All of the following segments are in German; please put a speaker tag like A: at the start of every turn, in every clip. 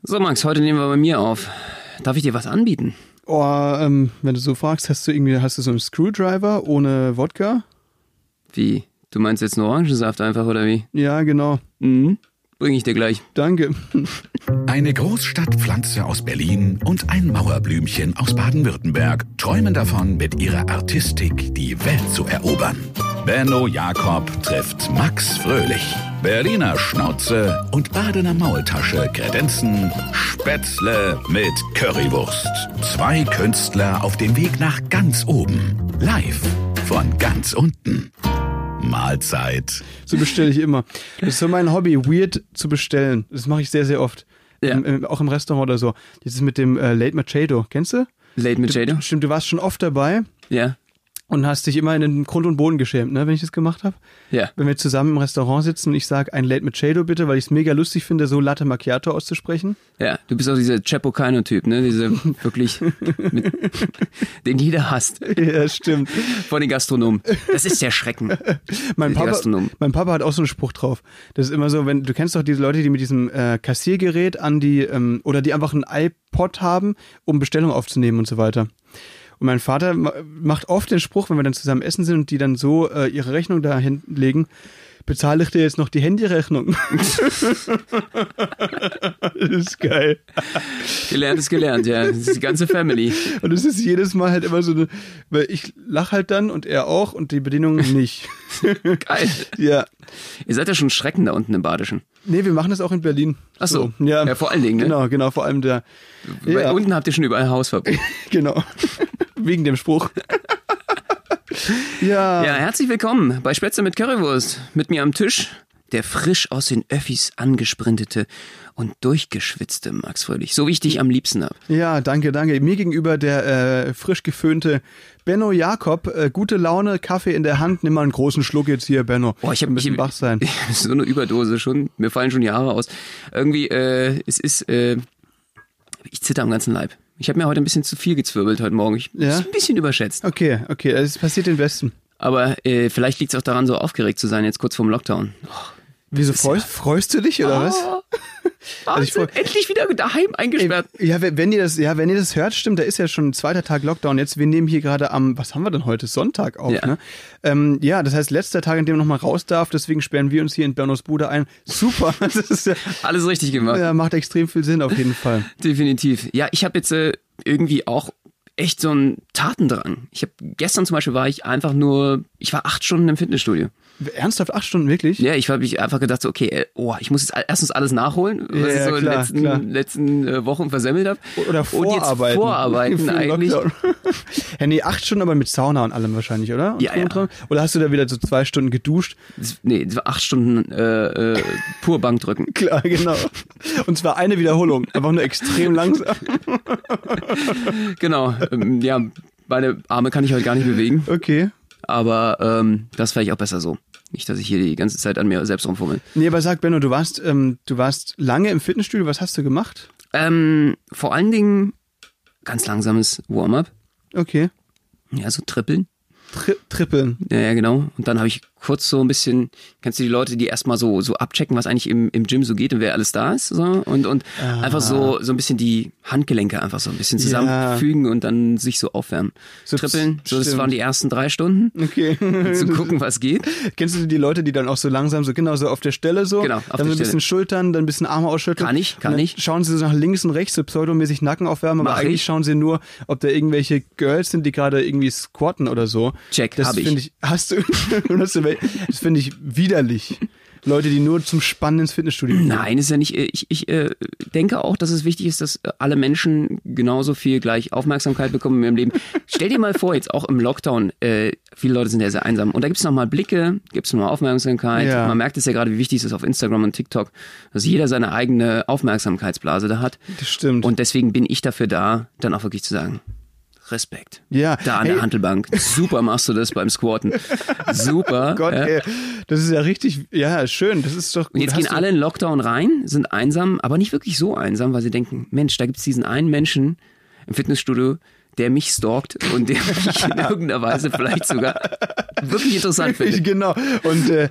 A: So, Max, heute nehmen wir bei mir auf. Darf ich dir was anbieten?
B: Oh, ähm, wenn du so fragst, hast du irgendwie, hast du so einen Screwdriver ohne Wodka?
A: Wie? Du meinst jetzt einen Orangensaft einfach, oder wie?
B: Ja, genau.
A: Mhm. Bring ich dir gleich.
B: Danke.
C: Eine Großstadtpflanze aus Berlin und ein Mauerblümchen aus Baden-Württemberg träumen davon, mit ihrer Artistik die Welt zu erobern. Benno Jakob trifft Max Fröhlich. Berliner Schnauze und Badener Maultasche kredenzen Spätzle mit Currywurst. Zwei Künstler auf dem Weg nach ganz oben. Live von ganz unten. Mahlzeit.
B: So bestelle ich immer. Das ist so mein Hobby, weird zu bestellen. Das mache ich sehr, sehr oft.
A: Ja.
B: Im, im, auch im Restaurant oder so. Dieses mit dem äh, Late Machado, kennst du?
A: Late Machado?
B: Du, stimmt, du warst schon oft dabei
A: Ja.
B: und hast dich immer in den Grund und Boden geschämt, ne, wenn ich das gemacht habe.
A: Ja.
B: Wenn wir zusammen im Restaurant sitzen und ich sage ein Late Machado bitte, weil ich es mega lustig finde, so Latte Macchiato auszusprechen.
A: Ja. Du bist auch dieser Chepocano-Typ, ne? Dieser wirklich, mit, den jeder hasst.
B: ja, stimmt.
A: Von den Gastronomen. Das ist der Schrecken.
B: Mein
A: Die
B: Papa,
A: Gastronomen.
B: mein Papa hat auch so einen Spruch drauf. Das ist immer so, wenn du kennst doch diese Leute, die mit diesem äh, Kassiergerät an die ähm, oder die einfach ein iPod haben, um Bestellungen aufzunehmen und so weiter. Und mein Vater ma macht oft den Spruch, wenn wir dann zusammen essen sind und die dann so äh, ihre Rechnung da hinlegen, bezahle ich dir jetzt noch die Handyrechnung. das ist geil.
A: Gelernt ist gelernt, ja. Das ist die ganze Family.
B: Und es ist jedes Mal halt immer so eine, weil ich lach halt dann und er auch und die Bedienung nicht.
A: Geil.
B: ja.
A: Ihr seid ja schon Schrecken da unten im Badischen.
B: Nee, wir machen das auch in Berlin.
A: Ach so.
B: Ja.
A: Ja, vor allen Dingen, ne?
B: Genau, genau, vor allem der.
A: Weil
B: Ja,
A: Unten habt ihr schon überall Hausverbot.
B: genau. Wegen dem Spruch. ja.
A: Ja, herzlich willkommen bei Spätzle mit Currywurst. Mit mir am Tisch der frisch aus den Öffis angesprintete und durchgeschwitzte Max Fröhlich. So wie ich dich am liebsten hab.
B: Ja, danke, danke. Mir gegenüber der äh, frisch geföhnte Benno Jakob. Äh, gute Laune, Kaffee in der Hand. Nimm mal einen großen Schluck jetzt hier, Benno.
A: Boah, ich hab
B: ein bisschen
A: ich-
B: wach sein.
A: so eine Überdose schon. Mir fallen schon die Haare aus. Irgendwie, äh, es ist, äh, ich zitter am ganzen Leib. Ich habe mir heute ein bisschen zu viel gezwirbelt heute Morgen. Ich
B: Ja?
A: ist ein bisschen überschätzt.
B: Okay, okay, es passiert den Besten.
A: Aber äh, vielleicht liegt es auch daran, so aufgeregt zu sein jetzt kurz vorm Lockdown.
B: Wieso freust, freust du dich
A: Ah.
B: oder was?
A: Also
B: ich freu-
A: endlich wieder daheim eingesperrt.
B: Ja, we- wenn ihr das, ja, wenn ihr das hört, stimmt, da ist ja schon ein zweiter Tag Lockdown. Jetzt, wir nehmen hier gerade am, was haben wir denn heute? Sonntag auf,
A: Ja.
B: ne? Ähm, ja, das heißt, letzter Tag, an dem man nochmal raus darf, deswegen sperren wir uns hier in Bernos Bude ein. Super, das ist ja,
A: Alles richtig gemacht.
B: ja, macht extrem viel Sinn auf jeden Fall.
A: Definitiv. Ja, ich habe jetzt äh, irgendwie auch echt so einen Tatendrang. Ich habe gestern zum Beispiel war ich einfach nur, ich war acht Stunden im Fitnessstudio.
B: Ernsthaft acht Stunden, wirklich?
A: Ja, ich habe ich einfach gedacht, so, okay, äh, oh, ich muss jetzt all- erstens alles nachholen, was
B: Ja,
A: ich so in den
B: klar,
A: letzten,
B: klar.
A: letzten äh, Wochen versemmelt habe.
B: Oder
A: Und jetzt
B: Vorarbeiten.
A: Vorarbeiten
B: Für den
A: eigentlich.
B: Lockdown. ja, nee, acht Stunden, aber mit Sauna und allem wahrscheinlich, oder? Und
A: Ja,
B: drum und
A: ja.
B: dran? Oder hast du da wieder so zwei Stunden geduscht?
A: Das- Nee, das war acht Stunden äh, äh, pur Bankdrücken.
B: Klar, genau. Und zwar eine Wiederholung, einfach nur extrem langsam.
A: Genau. Ähm, ja, meine Arme kann ich heute gar nicht bewegen,
B: Okay.
A: aber ähm, das wäre ich auch besser so. Nicht, dass ich hier die ganze Zeit an mir selbst rumfummel.
B: Nee, aber sag, Benno, du warst, ähm, du warst lange im Fitnessstudio. Was hast du gemacht?
A: Ähm, vor allen Dingen ganz langsames Warm-up.
B: Okay.
A: Ja, so trippeln.
B: Tri Trippeln.
A: Ja, ja, genau. Und dann habe ich kurz so ein bisschen, kennst du die Leute, die erstmal so, so abchecken, was eigentlich im, im Gym so geht und wer alles da ist? So? Und, und
B: Ah.
A: einfach so, so ein bisschen die Handgelenke einfach so ein bisschen zusammenfügen und dann sich so aufwärmen.
B: So,
A: Trippeln, so das
B: stimmt.
A: waren die ersten drei Stunden, um
B: Okay.
A: zu gucken, was geht.
B: Kennst du die Leute, die dann auch so langsam, so genau so auf der Stelle so,
A: Genau, auf der
B: dann so ein bisschen
A: Stelle.
B: Schultern, dann ein bisschen Arme ausschütteln.
A: Kann ich, kann
B: Und dann
A: ich.
B: Schauen sie so nach links und rechts, so pseudomäßig Nacken aufwärmen, aber
A: Mach
B: eigentlich
A: ich.
B: schauen sie nur, ob da irgendwelche Girls sind, die gerade irgendwie squatten oder so.
A: Check,
B: das
A: hab ich.
B: finde ich. Hast du, hast du wel- das finde ich widerlich. Leute, die nur zum Spannen ins Fitnessstudio gehen.
A: Nein, ist ja nicht. Ich, ich äh, denke auch, dass es wichtig ist, dass äh, alle Menschen genauso viel gleich Aufmerksamkeit bekommen in ihrem Leben. Stell dir mal vor, jetzt auch im Lockdown, äh, viele Leute sind ja sehr einsam. Und da gibt's nochmal Blicke, gibt's nochmal Aufmerksamkeit.
B: Ja.
A: Man merkt es ja gerade, wie wichtig es ist auf Instagram und TikTok, dass jeder seine eigene Aufmerksamkeitsblase da hat.
B: Das stimmt.
A: Und deswegen bin ich dafür da, dann auch wirklich zu sagen. Respekt.
B: Ja.
A: Da an
B: Hey.
A: der Handelbank. Super machst du das beim Squatten. Super.
B: Gott,
A: ja.
B: ey, das ist ja richtig, ja, schön, das ist doch gut.
A: Und jetzt
B: Hast
A: gehen
B: du-
A: alle in Lockdown rein, sind einsam, aber nicht wirklich so einsam, weil sie denken, Mensch, da gibt's diesen einen Menschen im Fitnessstudio, der mich stalkt und der mich in irgendeiner Weise vielleicht sogar wirklich interessant
B: Ich,
A: findet.
B: genau. Und äh,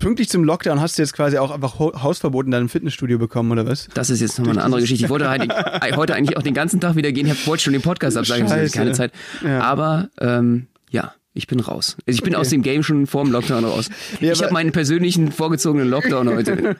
B: pünktlich zum Lockdown hast du jetzt quasi auch einfach Ho- Hausverbot in deinem Fitnessstudio bekommen, oder was?
A: Das ist jetzt nochmal eine andere Geschichte. Ich wollte halt, äh, heute eigentlich auch den ganzen Tag wieder gehen. Ich hab- wollte schon den Podcast absagen, ich hatte
B: Scheiße.
A: keine Zeit.
B: Ja.
A: Aber ähm, ja, ich bin raus. Also ich bin aus dem Game schon vor dem Lockdown raus.
B: Ja,
A: ich
B: aber-
A: habe meinen persönlichen vorgezogenen Lockdown heute.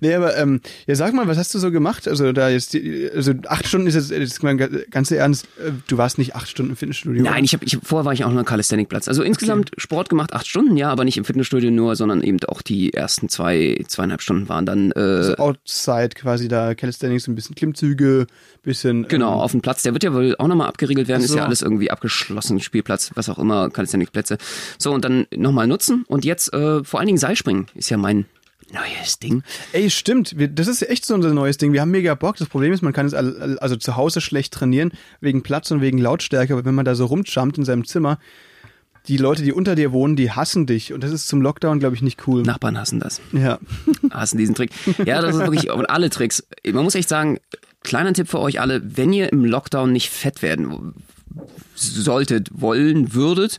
B: Nee, aber ähm, ja, sag mal, was hast du so gemacht? Also da jetzt, die, also acht Stunden ist jetzt, jetzt mein ganze Ernst, äh, du warst nicht acht Stunden im Fitnessstudio.
A: Nein, ich habe ich, vorher war ich auch noch am Calisthenic-Platz. Also insgesamt Sport gemacht, acht Stunden, ja, aber nicht im Fitnessstudio nur, sondern eben auch die ersten zwei, zweieinhalb Stunden waren dann äh,
B: Also outside quasi da Calisthenics, ein bisschen Klimmzüge, bisschen.
A: Genau,
B: Ähm,
A: auf dem Platz. Der wird ja wohl auch nochmal abgeriegelt werden.
B: Ach
A: Ist ja
B: so.
A: alles irgendwie abgeschlossen, Spielplatz, was auch immer, Calisthenic-Plätze. So, und dann nochmal nutzen. Und jetzt äh, vor allen Dingen Seilspringen ist ja mein neues Ding.
B: ey, stimmt. Wir, das ist echt so unser neues Ding. Wir haben mega Bock. Das Problem ist, man kann es al- al- also zu Hause schlecht trainieren, wegen Platz und wegen Lautstärke. Aber wenn man da so rumjumpt in seinem Zimmer, die Leute, die unter dir wohnen, die hassen dich. Und das ist zum Lockdown, glaube ich, nicht cool.
A: Nachbarn hassen das.
B: Ja.
A: Hassen diesen Trick. Ja, das ist wirklich, und alle Tricks. Man muss echt sagen, kleiner Tipp für euch alle, wenn ihr im Lockdown nicht fett werden solltet, wollen, würdet,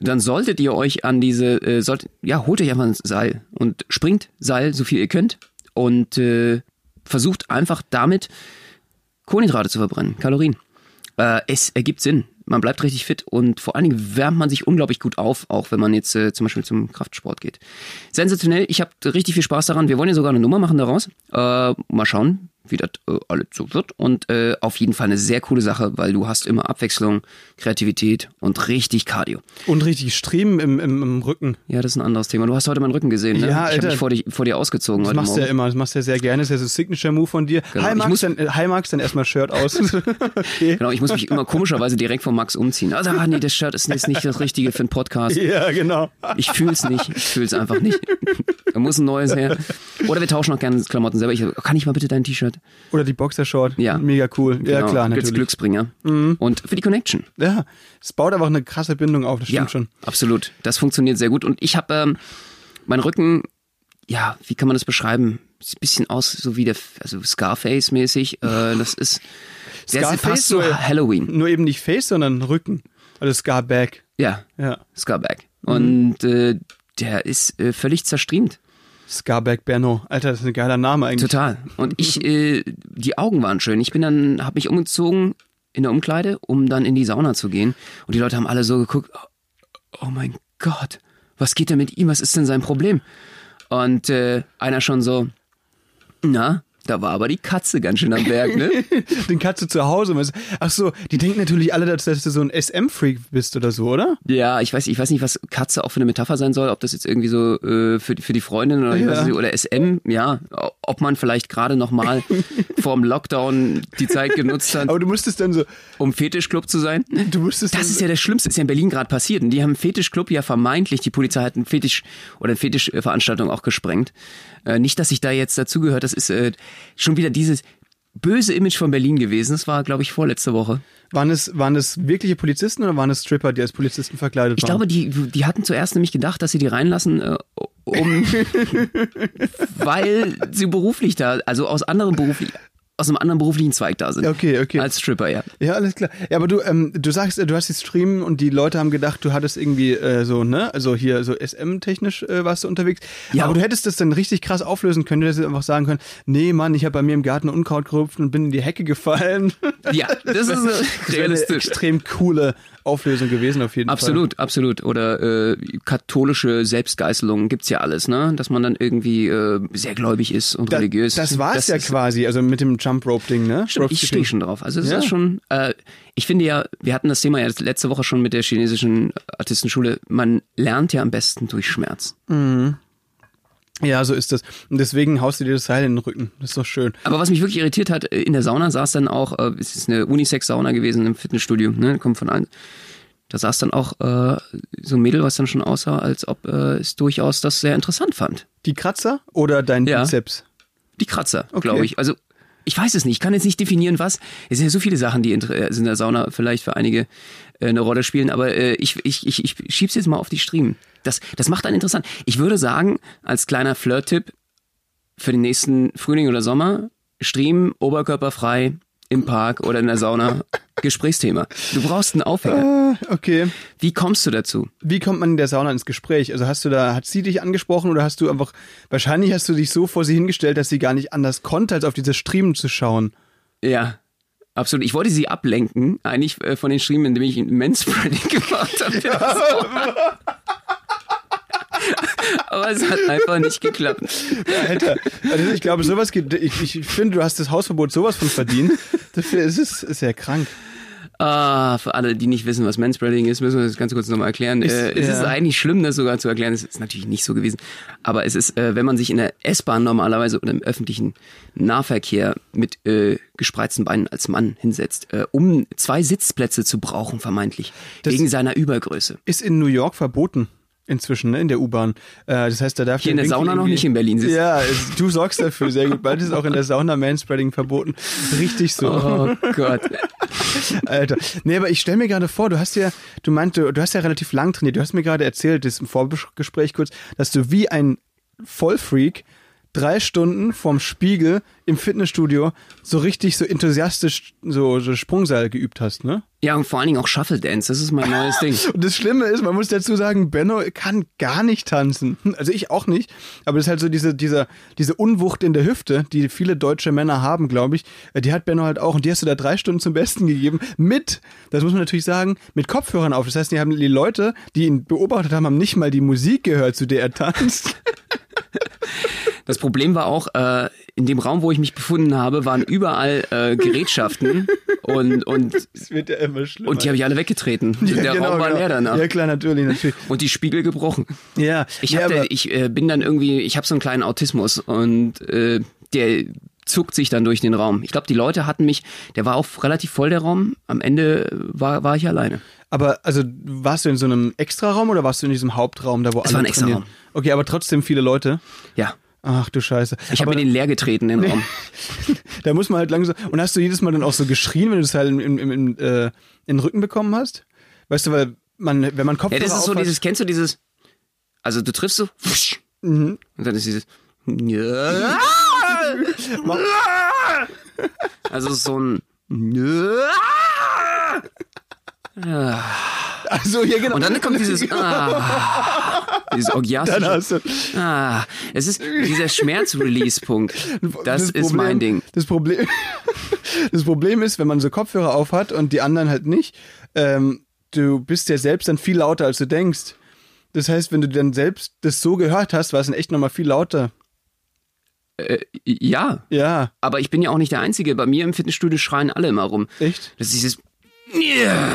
A: dann solltet ihr euch an diese, äh, sollt, ja, holt euch einfach ein Seil und springt Seil, so viel ihr könnt und äh, versucht einfach damit Kohlenhydrate zu verbrennen, Kalorien. Äh, es ergibt Sinn. Man bleibt richtig fit und vor allen Dingen wärmt man sich unglaublich gut auf, auch wenn man jetzt äh, zum Beispiel zum Kraftsport geht. Sensationell, ich habe richtig viel Spaß daran. Wir wollen ja sogar eine Nummer machen daraus. Äh, mal schauen, wie das äh, alles so wird. Und äh, auf jeden Fall eine sehr coole Sache, weil du hast immer Abwechslung, Kreativität und richtig Cardio.
B: Und richtig Striemen im, im, im Rücken.
A: Ja, das ist ein anderes Thema. Du hast heute meinen Rücken gesehen, ne?
B: Ja,
A: ich
B: Alter.
A: habe mich vor, dich, vor dir ausgezogen
B: Das
A: heute
B: machst du
A: Morgen.
B: ja immer, das machst du ja sehr gerne. Das ist ja so ein Signature-Move von dir.
A: Genau,
B: Hi,
A: ich
B: Max,
A: muss-
B: dann, äh, hi Max, dann erstmal Shirt aus. okay.
A: Genau, ich muss mich immer komischerweise direkt von Max umziehen. Also, ah, nee, das Shirt ist jetzt nicht das Richtige für einen Podcast.
B: Ja, genau.
A: Ich fühl's nicht. Ich fühl's einfach nicht. Da muss ein neues her. Oder wir tauschen auch gerne Klamotten selber. Ich, kann ich mal bitte dein T-Shirt?
B: Oder die Boxershort.
A: Ja.
B: Mega cool. Ja,
A: Genau.
B: klar,
A: Gibt's
B: natürlich. Mhm.
A: Glücksbringer. Und für die Connection.
B: Ja, es baut aber auch eine krasse Bindung auf, das stimmt
A: ja,
B: schon.
A: absolut. Das funktioniert sehr gut. Und ich habe ähm, mein Rücken, ja, wie kann man das beschreiben? Sieht ein bisschen aus, so wie der, also Scarface-mäßig. Äh, das ist, der ist fast so
B: nur-
A: Halloween.
B: Nur eben nicht Face, sondern Rücken. Also Scarback.
A: Ja,
B: Ja. Mhm.
A: Scarback. Und äh, der ist äh, völlig zerstriemt.
B: Scarback Benno. Alter, das ist ein geiler Name eigentlich.
A: Total. Und ich, äh, die Augen waren schön. Ich bin dann, habe mich umgezogen in der Umkleide, um dann in die Sauna zu gehen. Und die Leute haben alle so geguckt, oh mein Gott, was geht denn mit ihm? Was ist denn sein Problem? Und äh, einer schon so, na, da war aber die Katze ganz schön am Berg, ne?
B: Den Katze zu Hause. Was- Ach so, die denken natürlich alle, dass dass du so ein SM-Freak bist oder so, oder?
A: Ja, ich weiß, ich weiß nicht, was Katze auch für eine Metapher sein soll, ob das jetzt irgendwie so äh, für, die- für die Freundin oder, ich
B: Ja.
A: weiß nicht, oder SM, ja, ob man vielleicht gerade nochmal vorm Lockdown die Zeit genutzt hat,
B: Aber du musstest dann so,
A: um Fetischclub zu sein.
B: du musstest dann
A: Das ist ja das Schlimmste, ist ja in Berlin gerade passiert. Und die haben einen Fetischclub ja vermeintlich, die Polizei hat einen Fetisch oder eine Fetischveranstaltung auch gesprengt. Äh, nicht, dass ich da jetzt dazugehört, das ist äh, schon wieder dieses böse Image von Berlin gewesen. Das war, glaube ich, vorletzte Woche.
B: waren es, waren es wirkliche Polizisten oder waren es Stripper, die als Polizisten verkleidet
A: Ich
B: waren?
A: glaube, die, die hatten zuerst nämlich gedacht, dass sie die reinlassen, äh, um, weil sie beruflich da, also aus anderem beruflich, aus einem anderen beruflichen Zweig da sind.
B: Okay, okay.
A: Als Stripper, ja.
B: Ja, alles klar. Ja, aber du, ähm, du sagst, äh, du hast die Streamen und die Leute haben gedacht, du hattest irgendwie äh, so, ne, also hier so SM-technisch äh, warst du unterwegs. Ja.
A: Ja.
B: Aber du hättest das dann richtig krass auflösen können, dass du einfach sagen können, nee, Mann, ich habe bei mir im Garten Unkraut gerupft und bin in die Hecke gefallen.
A: Ja, das ist äh,
B: Das wäre eine
A: realistisch.
B: extrem coole Auflösung gewesen auf jeden
A: Absolut, absolut. Oder äh, katholische Selbstgeißelung gibt's ja alles, ne? Dass man dann irgendwie äh, sehr gläubig ist und
B: Fall.
A: religiös.
B: Das, das war's ja
A: ist-
B: quasi, also mit dem Jump Rope Ding, ne?
A: Stimmt,
B: Rope
A: ich stehe
B: Skipping.
A: schon drauf. Also es
B: Ja.
A: ist schon, äh, ich finde ja, wir hatten das Thema ja letzte Woche schon mit der chinesischen Artistenschule, man lernt ja am besten durch Schmerz.
B: Ja, so ist das. Und deswegen haust du dir das Seil in den Rücken. Das ist doch schön.
A: Aber was mich wirklich irritiert hat, äh, in der Sauna saß dann auch, äh, es ist eine Unisex-Sauna gewesen im Fitnessstudio, ne, kommt von allen. Da saß dann auch äh, so ein Mädel, was dann schon aussah, als ob äh, es durchaus das sehr interessant fand.
B: Die Kratzer oder dein
A: Ja.
B: Bizeps?
A: Die Kratzer,
B: Okay.
A: glaube ich. Also ich weiß es nicht, ich kann jetzt nicht definieren, was. Es sind ja so viele Sachen, die in, also in der Sauna vielleicht für einige äh, eine Rolle spielen, aber äh, ich, ich, ich, ich schieb's jetzt mal auf die Streamen. Das, das macht einen interessant. Ich würde sagen, als kleiner Flirt-Tipp für den nächsten Frühling oder Sommer, Streamen, oberkörperfrei, im Park oder in der Sauna Gesprächsthema. Du brauchst einen Aufhänger.
B: Okay.
A: Wie kommst du dazu?
B: Wie kommt man in der Sauna ins Gespräch? Also hast du da, hat sie dich angesprochen oder hast du einfach, wahrscheinlich hast du dich so vor sie hingestellt, dass sie gar nicht anders konnte, als auf diese Streamen zu schauen.
A: Ja. Absolut. Ich wollte sie ablenken, eigentlich äh, von den Streamen, indem ich ein Manspreading gemacht habe. Aber es hat einfach nicht geklappt.
B: Alter, also ich glaube, sowas geht, ich, ich finde, du hast das Hausverbot sowas von verdient. Dafür ist es ist sehr krank.
A: Ah, für alle, die nicht wissen, was Manspreading ist, müssen wir das ganz kurz nochmal erklären.
B: Ist-
A: äh, es
B: ja.
A: ist eigentlich schlimm, das sogar zu erklären. Es ist natürlich nicht so gewesen. Aber es ist, äh, wenn man sich in der S-Bahn normalerweise oder im öffentlichen Nahverkehr mit äh, gespreizten Beinen als Mann hinsetzt, äh, um zwei Sitzplätze zu brauchen, vermeintlich,
B: Das-
A: wegen seiner Übergröße.
B: Ist in New York verboten. Inzwischen, ne, in der U-Bahn. Äh, das heißt, da darf
A: Hier in
B: den
A: der
B: Winkel
A: Sauna noch
B: irgendwie-
A: nicht in Berlin sitzen.
B: Ja, es- du sorgst dafür sehr gut. Bald ist auch in der Sauna Manspreading verboten. Richtig so.
A: Oh Gott.
B: Alter. Nee, aber ich stelle mir gerade vor, du hast ja, du meinst, du, du hast ja relativ lang trainiert. Du hast mir gerade erzählt, das im Vorgespräch kurz, dass du wie ein Vollfreak drei Stunden vorm Spiegel im Fitnessstudio so richtig so enthusiastisch so, so Sprungseil geübt hast, ne?
A: Ja, und vor allen Dingen auch Shuffle Dance, das ist mein neues Ding.
B: Und das Schlimme ist, man muss dazu sagen, Benno kann gar nicht tanzen. Hm, Also ich auch nicht. Aber das ist halt so diese, diese, diese Unwucht in der Hüfte, die viele deutsche Männer haben, glaube ich. Äh, Die hat Benno halt auch. Und die hast du da drei Stunden zum Besten gegeben. Mit, das muss man natürlich sagen, mit Kopfhörern auf. Das heißt, die, haben, die Leute, die ihn beobachtet haben, haben nicht mal die Musik gehört, zu der er tanzt.
A: Das Problem war auch, äh, in dem Raum, wo ich mich befunden habe, waren überall äh, Gerätschaften und, und
B: Das wird ja immer schlimmer. genau,
A: Und die habe ich alle weggetreten. der Raum war leer danach.
B: Ja, klar, natürlich, natürlich.
A: Und die Spiegel gebrochen.
B: Ja,
A: Ich,
B: ja,
A: hab da,
B: aber-
A: ich äh, bin dann irgendwie, ich habe so einen kleinen Autismus und äh, der zuckt sich dann durch den Raum. Ich glaube, die Leute hatten mich, der war auch relativ voll, der Raum. Am Ende war, war ich alleine.
B: Aber also warst du in so einem Extraraum oder warst du in diesem Hauptraum, da wo alle
A: war ein Extraraum.
B: trainieren? Okay, aber trotzdem viele Leute.
A: Ja.
B: Ach du Scheiße.
A: Ich habe
B: aber
A: mir den leer getreten, den Raum.
B: da muss man halt langsam. Und hast du jedes Mal dann auch so geschrien, wenn du es halt im, im, im, äh, in den Rücken bekommen hast? Weißt du, weil man, wenn man Kopf
A: Ja, das ist so dieses, kennst du dieses, also du triffst so, wusch,
B: Mhm.
A: und dann ist dieses, ja. also so ein, ja.
B: Also, ja, genau.
A: Und dann kommt dieses, ah, dieses
B: Dann
A: orgiastische,
B: hast du,
A: ah, es ist dieser Schmerz-Release-Punkt. Das, ist
B: Problem,
A: mein Ding.
B: Das Problem, das Problem ist, wenn man so Kopfhörer auf hat und die anderen halt nicht, ähm, du bist ja selbst dann viel lauter, als du denkst. Das heißt, wenn du dann selbst das so gehört hast, war es dann echt nochmal viel lauter.
A: Ja,
B: Ja,
A: aber ich bin ja auch nicht der Einzige. Bei mir im Fitnessstudio schreien alle immer rum.
B: echt?
A: Das ist dieses yeah,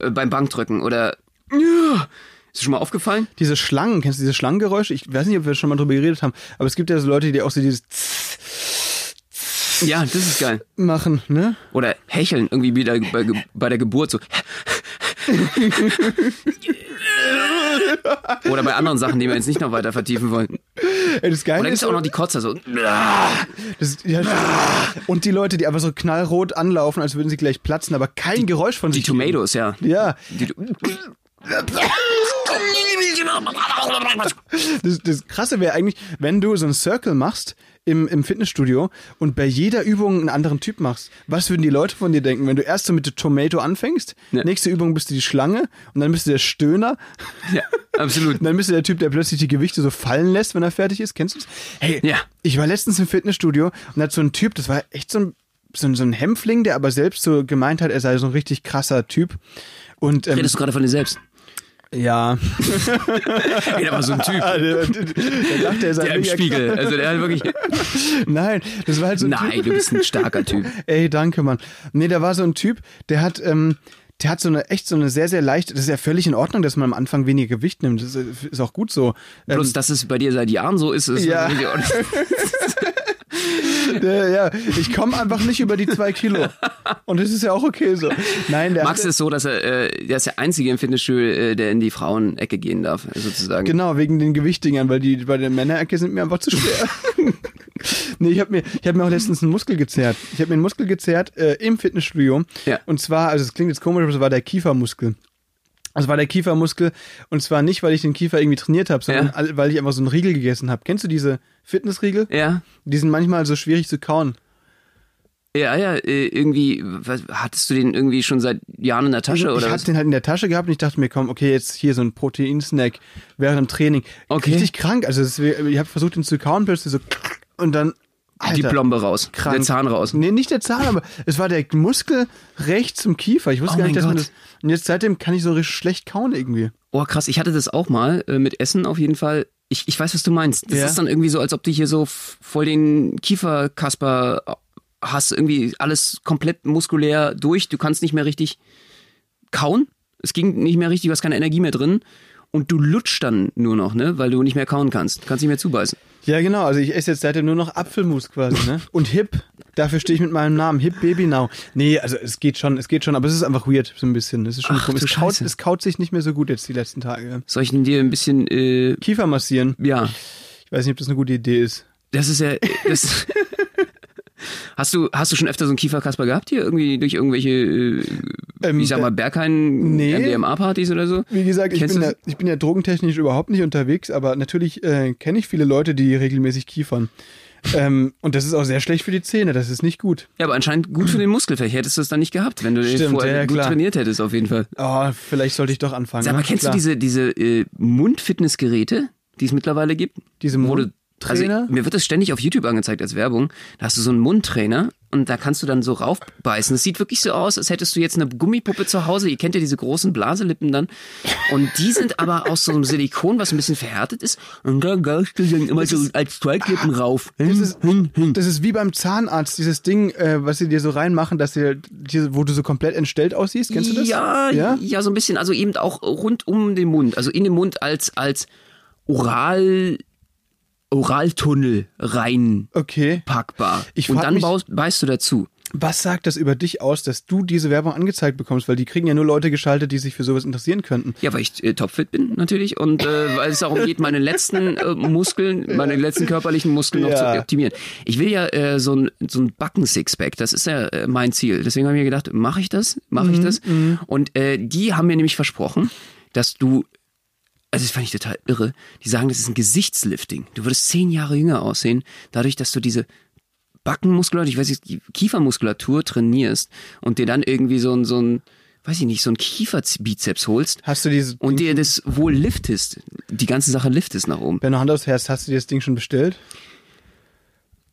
A: äh, beim Bankdrücken oder yeah. ist schon mal aufgefallen?
B: Diese Schlangen, kennst du diese Schlangengeräusche? Ich weiß nicht, ob wir schon mal drüber geredet haben, aber es gibt ja so Leute, die auch so dieses
A: Ja, das ist geil.
B: machen, ne?
A: Oder hecheln irgendwie wieder bei, Ge- bei der Geburt so. Oder bei anderen Sachen, die wir jetzt nicht noch weiter vertiefen wollen.
B: Ey, Das
A: Und
B: Geile
A: dann gibt's
B: ist,
A: auch noch die Kotzer so.
B: das, ja,
A: Ah!
B: und die Leute, die einfach so knallrot anlaufen, als würden sie gleich platzen, aber kein Geräusch von
A: Die
B: sich.
A: Tomatoes, ja.
B: Ja,
A: Die, du-
B: das, das Krasse wäre eigentlich, wenn du so einen Circle machst im, im Fitnessstudio und bei jeder Übung einen anderen Typ machst. Was würden die Leute von dir denken, wenn du erst so mit der Tomato anfängst,
A: Ja.
B: nächste Übung bist du die Schlange und dann bist du der Stöhner
A: ja, absolut.
B: Und dann bist du der Typ, der plötzlich die Gewichte so fallen lässt, wenn er fertig ist. Kennst du das? Hey,
A: Ja.
B: ich war letztens im Fitnessstudio und da hat so ein Typ, das war echt so ein, so ein, so ein Hämpfling, der aber selbst so gemeint hat, er sei so ein richtig krasser Typ. Und ähm,
A: Redest du gerade von dir selbst?
B: ja,
A: Ey, da war so ein Typ.
B: Ah, der, der, der dachte, er sei
A: Der im
B: mega
A: Spiegel. Also der hat wirklich.
B: krass. Nein, das war halt so ein Typ.
A: Nein, du bist ein starker Typ.
B: Ey, danke, Mann. Nee, da war so ein Typ, der hat, ähm, der hat so eine echt so eine sehr, sehr leichte, das ist ja völlig in Ordnung, dass man am Anfang weniger Gewicht nimmt. Das ist ist auch gut so. Ähm,
A: Plus, dass es bei dir seit Jahren so ist, ist
B: Ja.
A: natürlich auch nicht-
B: Ja, ja, ich komme einfach nicht über die zwei Kilo. Und das ist ja auch okay so. Nein, der
A: Max
B: hatte-
A: ist so, dass er, äh, der ist der Einzige im Fitnessstudio, äh, der in die Frauenecke gehen darf, sozusagen.
B: Genau, wegen den Gewichtdingern, weil die bei den Männerecke sind mir einfach zu schwer. nee, ich habe mir, ich hab mir auch letztens einen Muskel gezerrt. Ich habe mir einen Muskel gezerrt äh, im Fitnessstudio.
A: Ja.
B: Und zwar, also es klingt jetzt komisch, aber es war der Kiefermuskel. Es war der Kiefermuskel und zwar nicht, weil ich den Kiefer irgendwie trainiert habe, sondern
A: Ja.
B: all- weil ich einfach so einen Riegel gegessen habe. Kennst du diese Fitnessriegel?
A: Ja.
B: Die sind manchmal so schwierig zu kauen.
A: Ja, ja, äh, irgendwie, was, hattest du den irgendwie schon seit Jahren in der Tasche
B: ich
A: oder
B: hatte
A: was?
B: den halt in der Tasche gehabt und ich dachte mir, komm, okay, jetzt hier so ein Proteinsnack während dem Training.
A: Okay.
B: Richtig krank. Also es- ich habe versucht, ihn zu kauen, plötzlich so und dann. Alter,
A: Die Plombe raus,
B: krank.
A: der Zahn raus.
B: Nee, nicht der Zahn, aber es war der Muskel rechts zum Kiefer. Ich wusste
A: Oh
B: gar nicht,
A: mein
B: dass man
A: Gott.
B: das. Und jetzt seitdem kann ich so richtig schlecht kauen irgendwie.
A: Oh krass, ich hatte das auch mal äh, mit Essen auf jeden Fall. Ich, ich weiß, was du meinst. Das
B: Ja.
A: ist dann irgendwie so, als ob du hier so f- voll den Kieferkasper hast, irgendwie alles komplett muskulär durch. Du kannst nicht mehr richtig kauen. Es ging nicht mehr richtig, du hast keine Energie mehr drin. Und du lutschst dann nur noch, ne? Weil du nicht mehr kauen kannst. Du kannst nicht mehr zubeißen.
B: Ja, genau. Also ich esse jetzt seitdem nur noch Apfelmus quasi, ne? Und Hip. Dafür stehe ich mit meinem Namen. Hip Baby Now. Nee, also es geht schon, es geht schon, aber es ist einfach weird, so ein bisschen. Es ist schon
A: Ach,
B: komisch.
A: du
B: Es kaut,
A: Scheiße.
B: es kaut sich nicht mehr so gut jetzt die letzten Tage.
A: Soll ich denn dir ein bisschen, äh,
B: Kiefer massieren.
A: ja,
B: Ich weiß nicht, ob das eine gute Idee ist.
A: das ist ja. äh, Das hast, du, hast du schon öfter so einen Kieferkasper gehabt hier? Irgendwie durch irgendwelche äh,
B: Ähm,
A: ich sag mal, Berghain
B: nee.
A: MDMA-Partys oder so.
B: Wie gesagt, ich
A: Kennst
B: bin,
A: du
B: ja, ich bin ja drogentechnisch überhaupt nicht unterwegs, aber natürlich äh, kenne ich viele Leute, die regelmäßig kiefern. ähm, und das ist auch sehr schlecht für die Zähne, das ist nicht gut.
A: Ja, aber anscheinend gut für den Muskel. Vielleicht hättest du es dann nicht gehabt, wenn du den
B: Stimmt,
A: vorher
B: ja,
A: gut
B: klar.
A: trainiert hättest, auf jeden Fall.
B: Oh, vielleicht sollte ich doch anfangen.
A: Sag mal,
B: ne?
A: kennst
B: Klar.
A: du diese, diese äh, Mundfitnessgeräte, die es mittlerweile gibt?
B: Diese
A: Wo du-
B: Mundtrainer?
A: Also, mir wird das ständig auf YouTube angezeigt als Werbung. Da hast du so einen Mundtrainer und da kannst du dann so raufbeißen. Es sieht wirklich so aus, als hättest du jetzt eine Gummipuppe zu Hause. Ihr kennt ja diese großen Blaselippen dann. Und die sind aber aus so einem Silikon, was ein bisschen verhärtet ist. Und da gehst du dann immer so als Zweitlippen rauf.
B: Das ist, das ist wie beim Zahnarzt, dieses Ding, äh, was sie dir so reinmachen, dass dir, dir, wo du so komplett entstellt aussiehst. Kennst du das?
A: Ja, ja,
B: ja?
A: so ein bisschen. Also eben auch rund um den Mund, also in den Mund als, als Oral, Oraltunnel reinpackbar.
B: Okay. Ich
A: Und
B: frag
A: dann
B: mich-
A: baust, beißt du dazu.
B: Was sagt das über dich aus, dass du diese Werbung angezeigt bekommst? Weil die kriegen ja nur Leute geschaltet, die sich für sowas interessieren könnten.
A: Ja, weil ich äh, topfit bin natürlich und äh, weil es darum geht, meine letzten äh, Muskeln, meine letzten körperlichen Muskeln noch
B: Ja.
A: zu optimieren. Ich will ja äh, so ein, so ein Backen-Sixpack, das ist ja äh, mein Ziel. Deswegen habe ich mir gedacht, mache ich das? Mache ich das? Und äh, die haben mir nämlich versprochen, dass du, also das fand ich total irre, die sagen, das ist ein Gesichtslifting. Du würdest zehn Jahre jünger aussehen, dadurch, dass du diese Backenmuskulatur, ich weiß nicht, die Kiefermuskulatur trainierst und dir dann irgendwie so ein, so ein weiß ich nicht, so ein Kieferbizeps holst.
B: Hast du diese
A: Und dir das wohl liftest. Die ganze Sache liftest nach oben.
B: Wenn du Hand aufs Herz, hast du dir das Ding schon bestellt?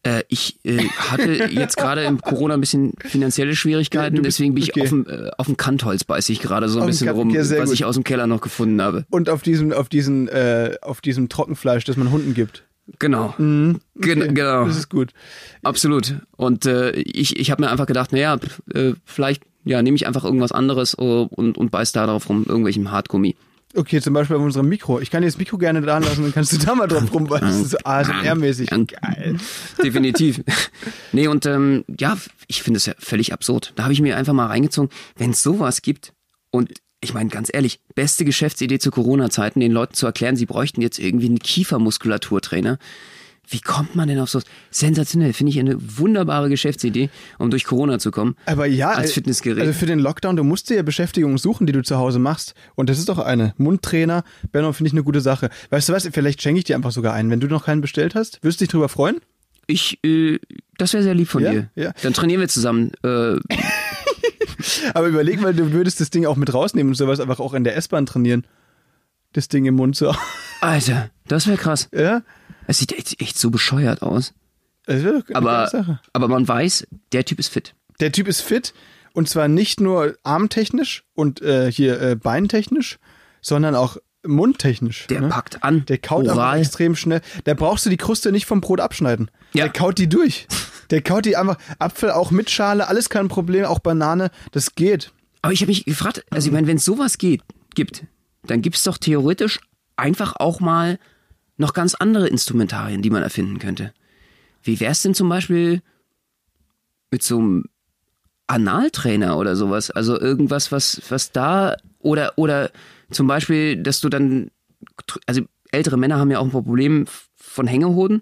A: Äh, ich äh, hatte jetzt gerade im Corona ein bisschen finanzielle Schwierigkeiten,
B: Du bist-
A: deswegen bin ich
B: okay.
A: auf dem, äh, auf dem Kantholz beiße ich gerade so ein
B: Auf dem
A: bisschen
B: Kant-
A: rum,
B: ja, sehr
A: was
B: gut.
A: ich aus dem Keller noch gefunden habe.
B: Und auf diesem, auf diesen, äh, auf diesem Trockenfleisch, das man Hunden gibt.
A: Genau. Gen genau.
B: Mhm. Das ist gut.
A: Absolut. Und äh, ich, ich habe mir einfach gedacht, naja, pf, äh, vielleicht ja, nehme ich einfach irgendwas anderes äh, und, und beiß da drauf rum, irgendwelchem Hartgummi.
B: Okay, zum Beispiel bei unserem Mikro. Ich kann dir das Mikro gerne da lassen, dann kannst du da mal drauf rumbeißen. So ASMR-mäßig. Geil.
A: Definitiv. Nee, und ähm, ja, ich finde es ja völlig absurd. Da habe ich mir einfach mal reingezogen, wenn es sowas gibt und ich meine, ganz ehrlich, beste Geschäftsidee zu Corona-Zeiten, den Leuten zu erklären, sie bräuchten jetzt irgendwie einen Kiefermuskulaturtrainer. Wie kommt man denn auf sowas? Sensationell, finde ich eine wunderbare Geschäftsidee, um durch Corona zu kommen.
B: Aber ja,
A: Als
B: äh,
A: Fitnessgerät.
B: Also für den Lockdown, du musst dir ja Beschäftigung suchen, die du zu Hause machst. Und das ist doch eine. Mundtrainer, Benno, finde ich eine gute Sache. Weißt du was? Vielleicht schenke ich dir einfach sogar einen. Wenn du noch keinen bestellt hast, würdest du dich drüber freuen?
A: Ich, äh, das wäre sehr lieb von
B: Ja,
A: dir.
B: ja.
A: Dann trainieren wir zusammen. Äh,
B: Aber überleg mal, du würdest das Ding auch mit rausnehmen und sowas einfach auch in der S-Bahn trainieren. Das Ding im Mund so.
A: Alter, das wäre krass.
B: Ja? Also,
A: Es sieht echt, echt so bescheuert aus.
B: Das wäre doch eine geile Sache.
A: Aber, aber man weiß, der Typ ist fit.
B: Der Typ ist fit und zwar nicht nur armtechnisch und äh, hier äh, beintechnisch, sondern auch mundtechnisch.
A: Der
B: ne?
A: packt an.
B: Der kaut einfach
A: oral.
B: extrem schnell. Da brauchst du die Kruste nicht vom Brot abschneiden.
A: Ja.
B: Der kaut die durch. Der kaut die einfach. Apfel auch mit Schale, alles kein Problem, auch Banane, das geht.
A: Aber ich habe mich gefragt, also ich meine, wenn es sowas geht, gibt, dann gibt es doch theoretisch einfach auch mal noch ganz andere Instrumentarien, die man erfinden könnte. Wie wär's denn zum Beispiel mit so einem Analtrainer oder sowas? Also irgendwas, was, was da oder, oder zum Beispiel, dass du dann, also ältere Männer haben ja auch ein Problem von Hängehoden,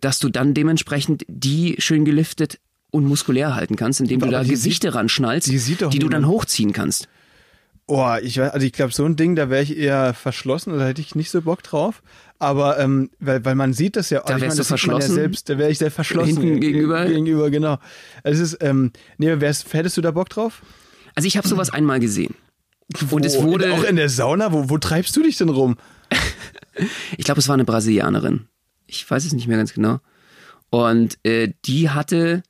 A: dass du dann dementsprechend die schön geliftet und muskulär halten kannst, indem du
B: Aber
A: da
B: die
A: Gewichte ranschnallst,
B: die sieht doch
A: die du dann
B: niemand.
A: hochziehen kannst.
B: Oh, ich weiß, also ich glaube, so ein Ding, da wäre ich eher verschlossen, da hätte ich nicht so Bock drauf. Aber ähm, weil, weil man sieht das ja auch.
A: Da
B: ich
A: wärst
B: das
A: du
B: sieht man
A: verschlossen?
B: Ja selbst, da wäre ich sehr verschlossen.
A: Hinten gegenüber?
B: Gegenüber, genau. Es ist, ähm, nee, wär's, hättest du da Bock drauf?
A: Also ich habe sowas einmal gesehen. Und es
B: Oh,
A: wurde,
B: Auch in der Sauna? Wo, wo treibst du dich denn rum?
A: ich glaube, es war eine Brasilianerin. Ich weiß es nicht mehr ganz genau. Und äh, die hatte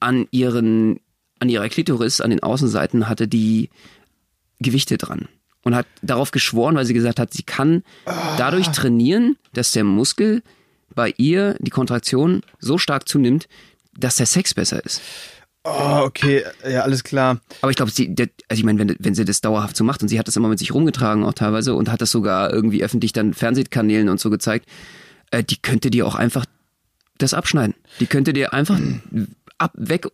A: an ihren, an ihrer Klitoris, an den Außenseiten, hatte die Gewichte dran. Und hat darauf geschworen, weil sie gesagt hat, sie kann dadurch trainieren, dass der Muskel bei ihr die Kontraktion so stark zunimmt, dass der Sex besser ist.
B: Oh, okay, ja, alles klar.
A: Aber ich glaube, sie, der, also ich meine, wenn, wenn sie das dauerhaft so macht und sie hat das immer mit sich rumgetragen auch teilweise und hat das sogar irgendwie öffentlich dann Fernsehkanälen und so gezeigt, äh, die könnte dir auch einfach das abschneiden. Die könnte dir einfach
B: Mm.
A: ab, weg,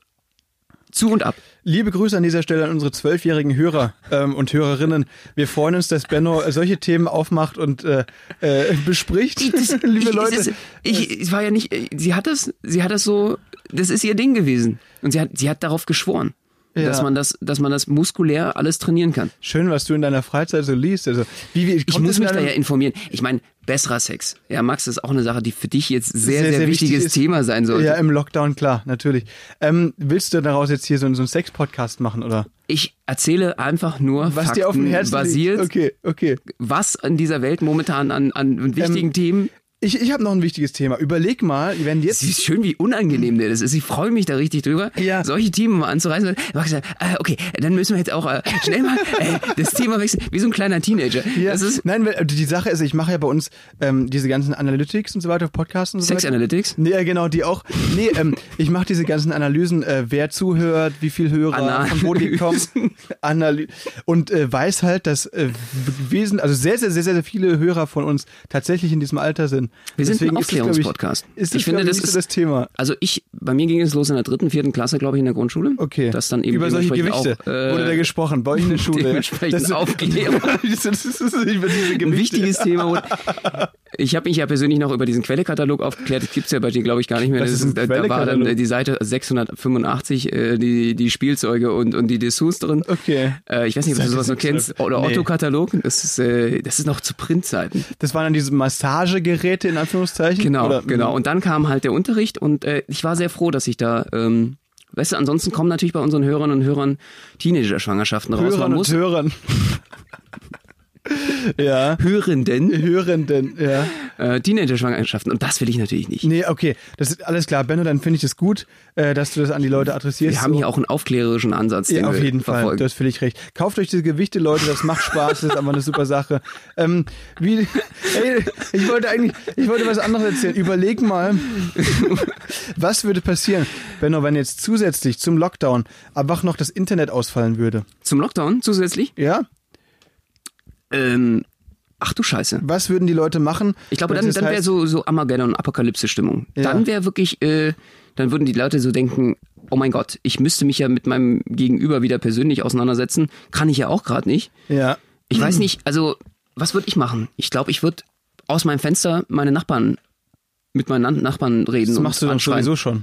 A: zu und ab.
B: Liebe Grüße an dieser Stelle an unsere zwölfjährigen Hörer ähm, und Hörerinnen. Wir freuen uns, dass Benno solche Themen aufmacht und äh, äh, bespricht. Liebe
A: ich,
B: Leute.
A: es ist- ich, es war ja nicht, sie hat das, sie hat das so, das ist ihr Ding gewesen. Und sie hat, sie hat darauf geschworen,
B: Ja.
A: dass man das, dass man das muskulär alles trainieren kann.
B: Schön, was du in deiner Freizeit so liest. Also, wie, wie,
A: Ich
B: kommt
A: muss
B: es in
A: mich da
B: deinem-
A: ja informieren. Ich meine, besserer Sex. Ja, Max, das ist auch eine Sache, die für dich jetzt sehr,
B: Sehr,
A: sehr,
B: sehr wichtig
A: wichtiges
B: ist-
A: Thema sein sollte.
B: Ja, im Lockdown, klar, natürlich. Ähm, willst du daraus jetzt hier so, so einen Sex-Podcast machen, oder?
A: Ich erzähle einfach nur
B: Was
A: Fakten
B: dir auf dem Herzen
A: basiert,
B: liegt. Okay, okay.
A: was in dieser Welt momentan an, an wichtigen
B: Ähm,
A: Themen.
B: Ich, ich habe noch ein wichtiges Thema. Überleg mal, wenn jetzt...
A: Es ist schön, wie unangenehm der das ist. Ich freue mich da richtig drüber,
B: Ja.
A: solche Themen mal anzureißen. Max sagt, äh, okay, dann müssen wir jetzt auch äh, schnell mal äh, das Thema wechseln, wie so ein kleiner Teenager.
B: Ja,
A: Das ist
B: nein, weil die Sache ist, ich mache ja bei uns ähm, diese ganzen Analytics und so weiter, Podcasts und so
A: Sex
B: weiter.
A: Analytics.
B: Nee, ja, genau, die auch. Nee, ähm, ich mache diese ganzen Analysen, äh, wer zuhört, wie viel Hörer,
A: Analysen.
B: von wo die kommen. Analy und äh, weiß halt, dass äh, Wesen, also sehr, sehr, sehr, sehr, sehr viele Hörer von uns tatsächlich in diesem Alter sind.
A: Wir sind ein
B: Deswegen ist das, glaub ich-
A: Aufklärungspodcast.
B: Ist das, ich finde, das ist so das Thema.
A: Also ich, bei mir ging es los in der dritten, vierten Klasse, glaube ich, in der Grundschule.
B: Okay.
A: Das dann eben
B: Über solche Gewichte
A: dementsprechend auch, äh,
B: wurde da gesprochen, bei euch in der Schule.
A: dementsprechend
B: Das ist-
A: Aufklärung.
B: das ist, das ist über diese
A: ein
B: Gewichte.
A: wichtiges Thema. wo- Ich habe mich ja persönlich noch über diesen Quellekatalog aufgeklärt. Das gibt's ja bei dir, glaube ich, gar nicht mehr.
B: Was ist ein
A: da, da war dann
B: Quellekatalog?
A: äh, die Seite 685, äh, die, die Spielzeuge und, und die Dessous drin.
B: Okay.
A: Äh, ich weiß nicht, ob du
B: Seite
A: sowas noch kennst.
B: 685.
A: Oder
B: Nee.
A: Otto-Katalog. Das, ist, äh, das ist noch zu Printzeiten.
B: Das waren dann diese Massagegeräte in Anführungszeichen.
A: Genau,
B: Oder, hm,
A: genau. Und dann kam halt der Unterricht und äh, ich war sehr froh, dass ich da. Ähm, Weißt du, ansonsten kommen natürlich bei unseren Hörern und Hörern Teenager-Schwangerschaften raus.
B: Hörern
A: Man
B: und
A: muss
B: Hörern. ja.
A: Hörenden
B: Hörenden, ja.
A: äh, Teenager-Schwangerschaften. Und das will ich natürlich nicht.
B: Nee, okay. Das ist alles klar. Benno, dann finde ich es gut, äh, dass du das an die Leute adressierst.
A: Wir haben
B: So.
A: hier auch einen aufklärerischen Ansatz, den
B: ja, auf
A: wir
B: jeden Fall.
A: verfolgen.
B: Du hast völlig recht. Kauft euch diese Gewichte, Leute. Das macht Spaß. Das ist einfach eine super Sache. Ähm, wie, ey, ich wollte eigentlich, ich wollte was anderes erzählen. Überleg mal, was würde passieren, Benno, wenn jetzt zusätzlich zum Lockdown einfach noch das Internet ausfallen würde?
A: Zum Lockdown zusätzlich?
B: Ja?
A: Ähm, ach du Scheiße.
B: Was würden die Leute machen?
A: Ich glaube,
B: wenn's
A: dann,
B: jetzt
A: dann wäre
B: heißt-
A: so, so Armageddon-Apokalypse-Stimmung.
B: halt Ja.
A: Dann wäre wirklich, äh, dann würden die Leute so denken, oh mein Gott, ich müsste mich ja mit meinem Gegenüber wieder persönlich auseinandersetzen. Kann ich ja auch gerade nicht.
B: Ja.
A: Ich weiß
B: Mhm.
A: nicht, also was würde ich machen? Ich glaube, ich würde aus meinem Fenster meine Nachbarn mit meinen Nan- Nachbarn reden.
B: Das
A: und
B: machst du dann
A: anschreien.
B: sowieso schon.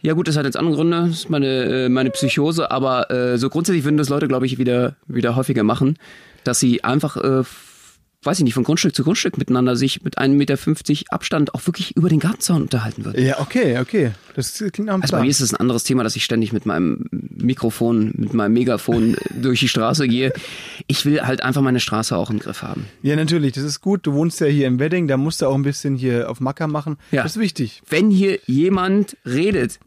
A: Ja gut, das hat jetzt andere Gründe, das ist meine, äh, meine Psychose, aber äh, so grundsätzlich würden das Leute, glaube ich, wieder, wieder häufiger machen, dass sie einfach, äh, f- weiß ich nicht, von Grundstück zu Grundstück miteinander sich mit 1,50 Meter Abstand auch wirklich über den Gartenzaun unterhalten würden.
B: Ja, okay, okay. Das klingt nach einem
A: Also bei
B: Plan.
A: mir ist das ein anderes Thema, dass ich ständig mit meinem Mikrofon, mit meinem Megafon äh, durch die Straße gehe. Ich will halt einfach meine Straße auch im Griff haben.
B: Ja, natürlich, das ist gut. Du wohnst ja hier im Wedding, da musst du auch ein bisschen hier auf Macker machen.
A: Ja.
B: Das ist wichtig.
A: Wenn hier jemand redet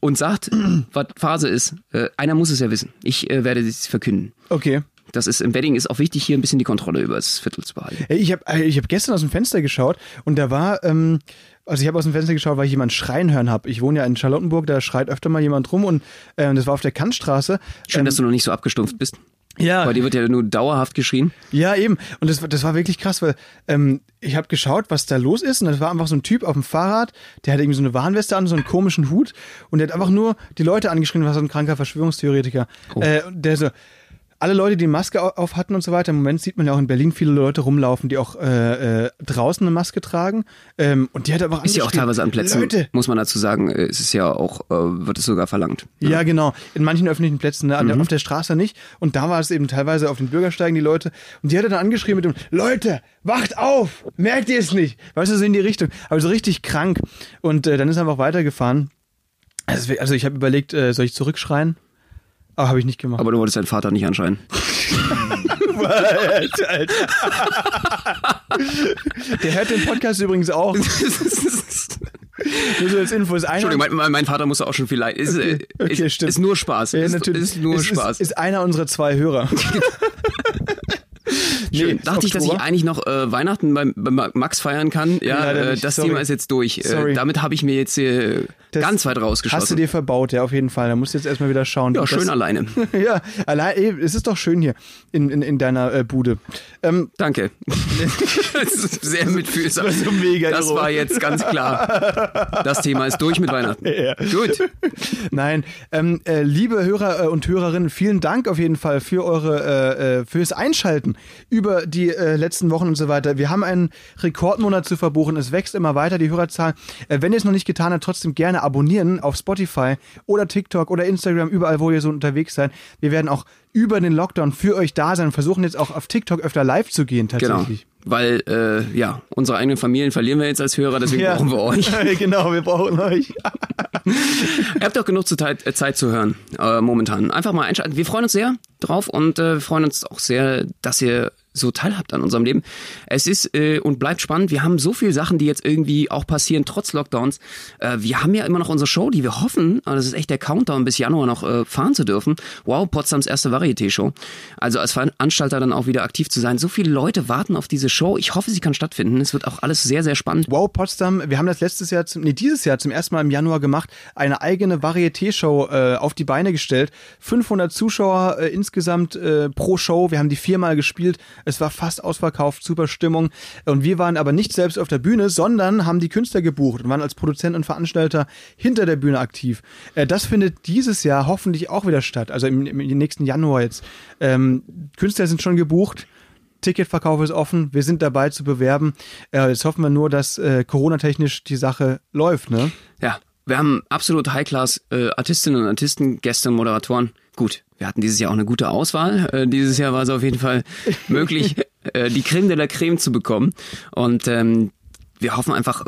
A: und sagt, was Phase ist, äh, einer muss es ja wissen. Ich äh, werde es verkünden.
B: Okay.
A: Das ist im Wedding ist auch wichtig, hier ein bisschen die Kontrolle über das Viertel zu behalten.
B: Hey, ich habe ich hab gestern aus dem Fenster geschaut und da war, ähm, also ich habe aus dem Fenster geschaut, weil ich jemanden schreien hören habe. Ich wohne ja in Charlottenburg, da schreit öfter mal jemand rum und ähm, das war auf der Kantstraße. Ähm,
A: Schön, dass du noch nicht so abgestumpft bist.
B: Ja.
A: Bei dir wird ja nur dauerhaft geschrien.
B: Ja, eben. Und das, war- das war wirklich krass, weil ähm, ich habe geschaut, was da los ist. Und das war einfach so ein Typ auf dem Fahrrad, der hatte irgendwie so eine Warnweste an, so einen komischen Hut. Und der hat einfach nur die Leute angeschrien, was so ein kranker Verschwörungstheoretiker. Äh, und der so, alle Leute, die Maske au- auf hatten und so weiter, im Moment sieht man ja auch in Berlin viele Leute rumlaufen, die auch äh, äh, draußen eine Maske tragen. Ähm, und die hat aber
A: Ist ja auch
B: angeschrien,
A: teilweise an Plätzen,
B: Leute,
A: muss man dazu sagen, äh, ist es ja auch, äh, wird es sogar verlangt.
B: Ja, genau. In manchen öffentlichen Plätzen, ne? An
A: Mhm.
B: der, auf der Straße nicht. Und da war es eben teilweise auf den Bürgersteigen die Leute. Und die hat er dann angeschrieben mit dem, Leute, wacht auf! Merkt ihr es nicht? Weißt du, so in die Richtung. Aber so richtig krank. Und äh, dann ist er einfach weitergefahren. Also, es wär- also ich habe überlegt, äh, soll ich zurückschreien? Aber habe ich nicht gemacht.
A: Aber du wolltest deinen Vater nicht anschreien.
B: Alter, Alter. der hört den Podcast übrigens auch. Nur so als Info ist einer.
A: Entschuldigung, mein, mein Vater musste auch schon viel leid. Ist, äh,
B: Okay,
A: ist,
B: stimmt.
A: ist nur Spaß.
B: Ja,
A: ist,
B: natürlich.
A: ist nur
B: Es
A: Spaß.
B: Ist, ist einer unserer zwei Hörer. nee,
A: Schön.
B: ist
A: Dachte ich, dass ich
B: Oktober.
A: eigentlich noch äh, Weihnachten beim, beim Max feiern kann. Ja,
B: Leider
A: äh,
B: nicht,
A: das
B: sorry.
A: Thema ist jetzt durch. Äh,
B: Sorry.
A: damit habe ich mir jetzt äh,
B: Das
A: ganz weit rausgeschossen.
B: Hast du dir verbaut, ja, auf jeden Fall. Da musst du jetzt erstmal wieder schauen.
A: ja,
B: Das-
A: schön alleine.
B: ja, allein, ey, es ist doch schön hier in, in, in deiner äh, Bude. Ähm,
A: Danke. das ist sehr mitfühlsam.
B: Das war so mega
A: Das war
B: ironisch.
A: jetzt ganz klar. Das Thema ist durch mit Weihnachten.
B: Ja.
A: Gut.
B: Nein, ähm, äh, liebe Hörer äh, und Hörerinnen, vielen Dank auf jeden Fall für eure äh, äh, fürs Einschalten über die äh, letzten Wochen und so weiter. Wir haben einen Rekordmonat zu verbuchen. Es wächst immer weiter die Hörerzahlen. Äh, wenn ihr es noch nicht getan habt, trotzdem gerne abonnieren auf Spotify oder TikTok oder Instagram, überall wo ihr so unterwegs seid. Wir werden auch über den Lockdown für euch da sein. und Versuchen jetzt auch auf TikTok öfter live zu gehen
A: Genau.
B: tatsächlich.
A: Weil, äh, ja, unsere eigenen Familien verlieren wir jetzt als Hörer, deswegen brauchen wir euch.
B: genau, wir brauchen euch.
A: Ihr habt doch genug zu Zeit, äh, Zeit zu hören, äh, momentan. Einfach mal einschalten. Wir freuen uns sehr drauf und äh, wir freuen uns auch sehr, dass ihr so teilhabt an unserem Leben. Es ist äh, und bleibt spannend. Wir haben so viele Sachen, die jetzt irgendwie auch passieren, trotz Lockdowns. Äh, wir haben ja immer noch unsere Show, die wir hoffen, aber das ist echt der Countdown, bis Januar noch äh, fahren zu dürfen. Wow, Potsdams erste Varieté-Show. Also als Veranstalter dann auch wieder aktiv zu sein. So viele Leute warten auf diese Show. Ich hoffe, sie kann stattfinden. Es wird auch alles sehr, sehr spannend.
B: Wow Potsdam, wir haben das letztes Jahr, zum, nee, dieses Jahr zum ersten Mal im Januar gemacht, eine eigene Varieté-Show äh, auf die Beine gestellt. 500 Zuschauer äh, insgesamt äh, pro Show. Wir haben die viermal gespielt. Es war fast ausverkauft, super Stimmung. Und wir waren aber nicht selbst auf der Bühne, sondern haben die Künstler gebucht und waren als Produzent und Veranstalter hinter der Bühne aktiv. Äh, das findet dieses Jahr hoffentlich auch wieder statt, also im, im nächsten Januar jetzt. Ähm, Künstler sind schon gebucht. Ticketverkauf ist offen, wir sind dabei zu bewerben. Äh, jetzt hoffen wir nur, dass äh, Corona-technisch die Sache läuft, ne?
A: Ja, wir haben absolut High-Class äh, Artistinnen und Artisten, Gäste und Moderatoren. Gut, wir hatten dieses Jahr auch eine gute Auswahl. Äh, dieses Jahr war es auf jeden Fall möglich, äh, die Creme de la Creme zu bekommen. Und ähm, wir hoffen einfach,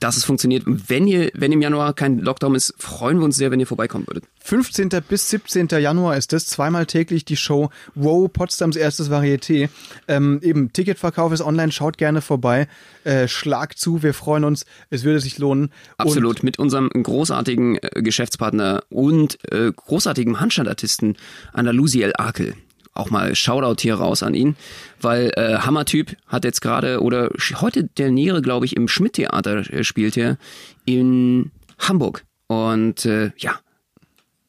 A: dass es funktioniert. Und Wenn ihr, wenn im Januar kein Lockdown ist, freuen wir uns sehr, wenn ihr vorbeikommen würdet.
B: 15. bis 17. Januar ist das, zweimal täglich die Show Wow, Potsdams erstes Varieté. Ähm, eben, Ticketverkauf ist online, schaut gerne vorbei, äh, schlag zu, wir freuen uns, es würde sich lohnen.
A: Absolut. Mit unserem großartigen äh, Geschäftspartner und äh, großartigen Handstandartisten Andalusiel Akel. Auch mal Shoutout hier raus an ihn, weil äh, Hammertyp hat jetzt gerade oder sch- heute der Niere, glaube ich, im Schmidt-Theater äh, spielt er in Hamburg. Und äh, ja,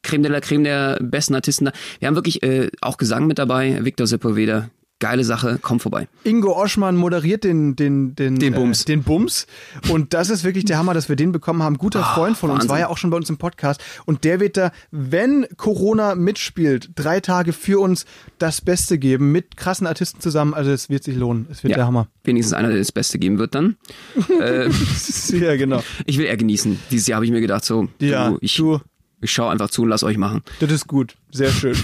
A: Creme de la Creme der besten Artisten da. Wir haben wirklich äh, auch Gesang mit dabei, Victor Sepulveda. Geile Sache, komm vorbei.
B: Und Ingo Oschmann moderiert den, den, den,
A: Den Bums.
B: Äh, den Bums. Und das ist wirklich der Hammer, dass wir den bekommen haben. Guter Freund von uns,
A: Ah, Wahnsinn.
B: war ja auch schon bei uns im Podcast. Und der wird da, wenn Corona mitspielt, drei Tage für uns das Beste geben mit krassen Artisten zusammen. Also es wird sich lohnen. Es wird der Hammer.
A: Wenigstens einer, der das Beste geben wird dann.
B: Ja, genau.
A: Ich will eher genießen. Dieses Jahr habe ich mir gedacht, so,
B: Ja,
A: du, ich,
B: du.
A: ich schaue einfach zu und lass euch machen.
B: Das ist gut. Sehr schön.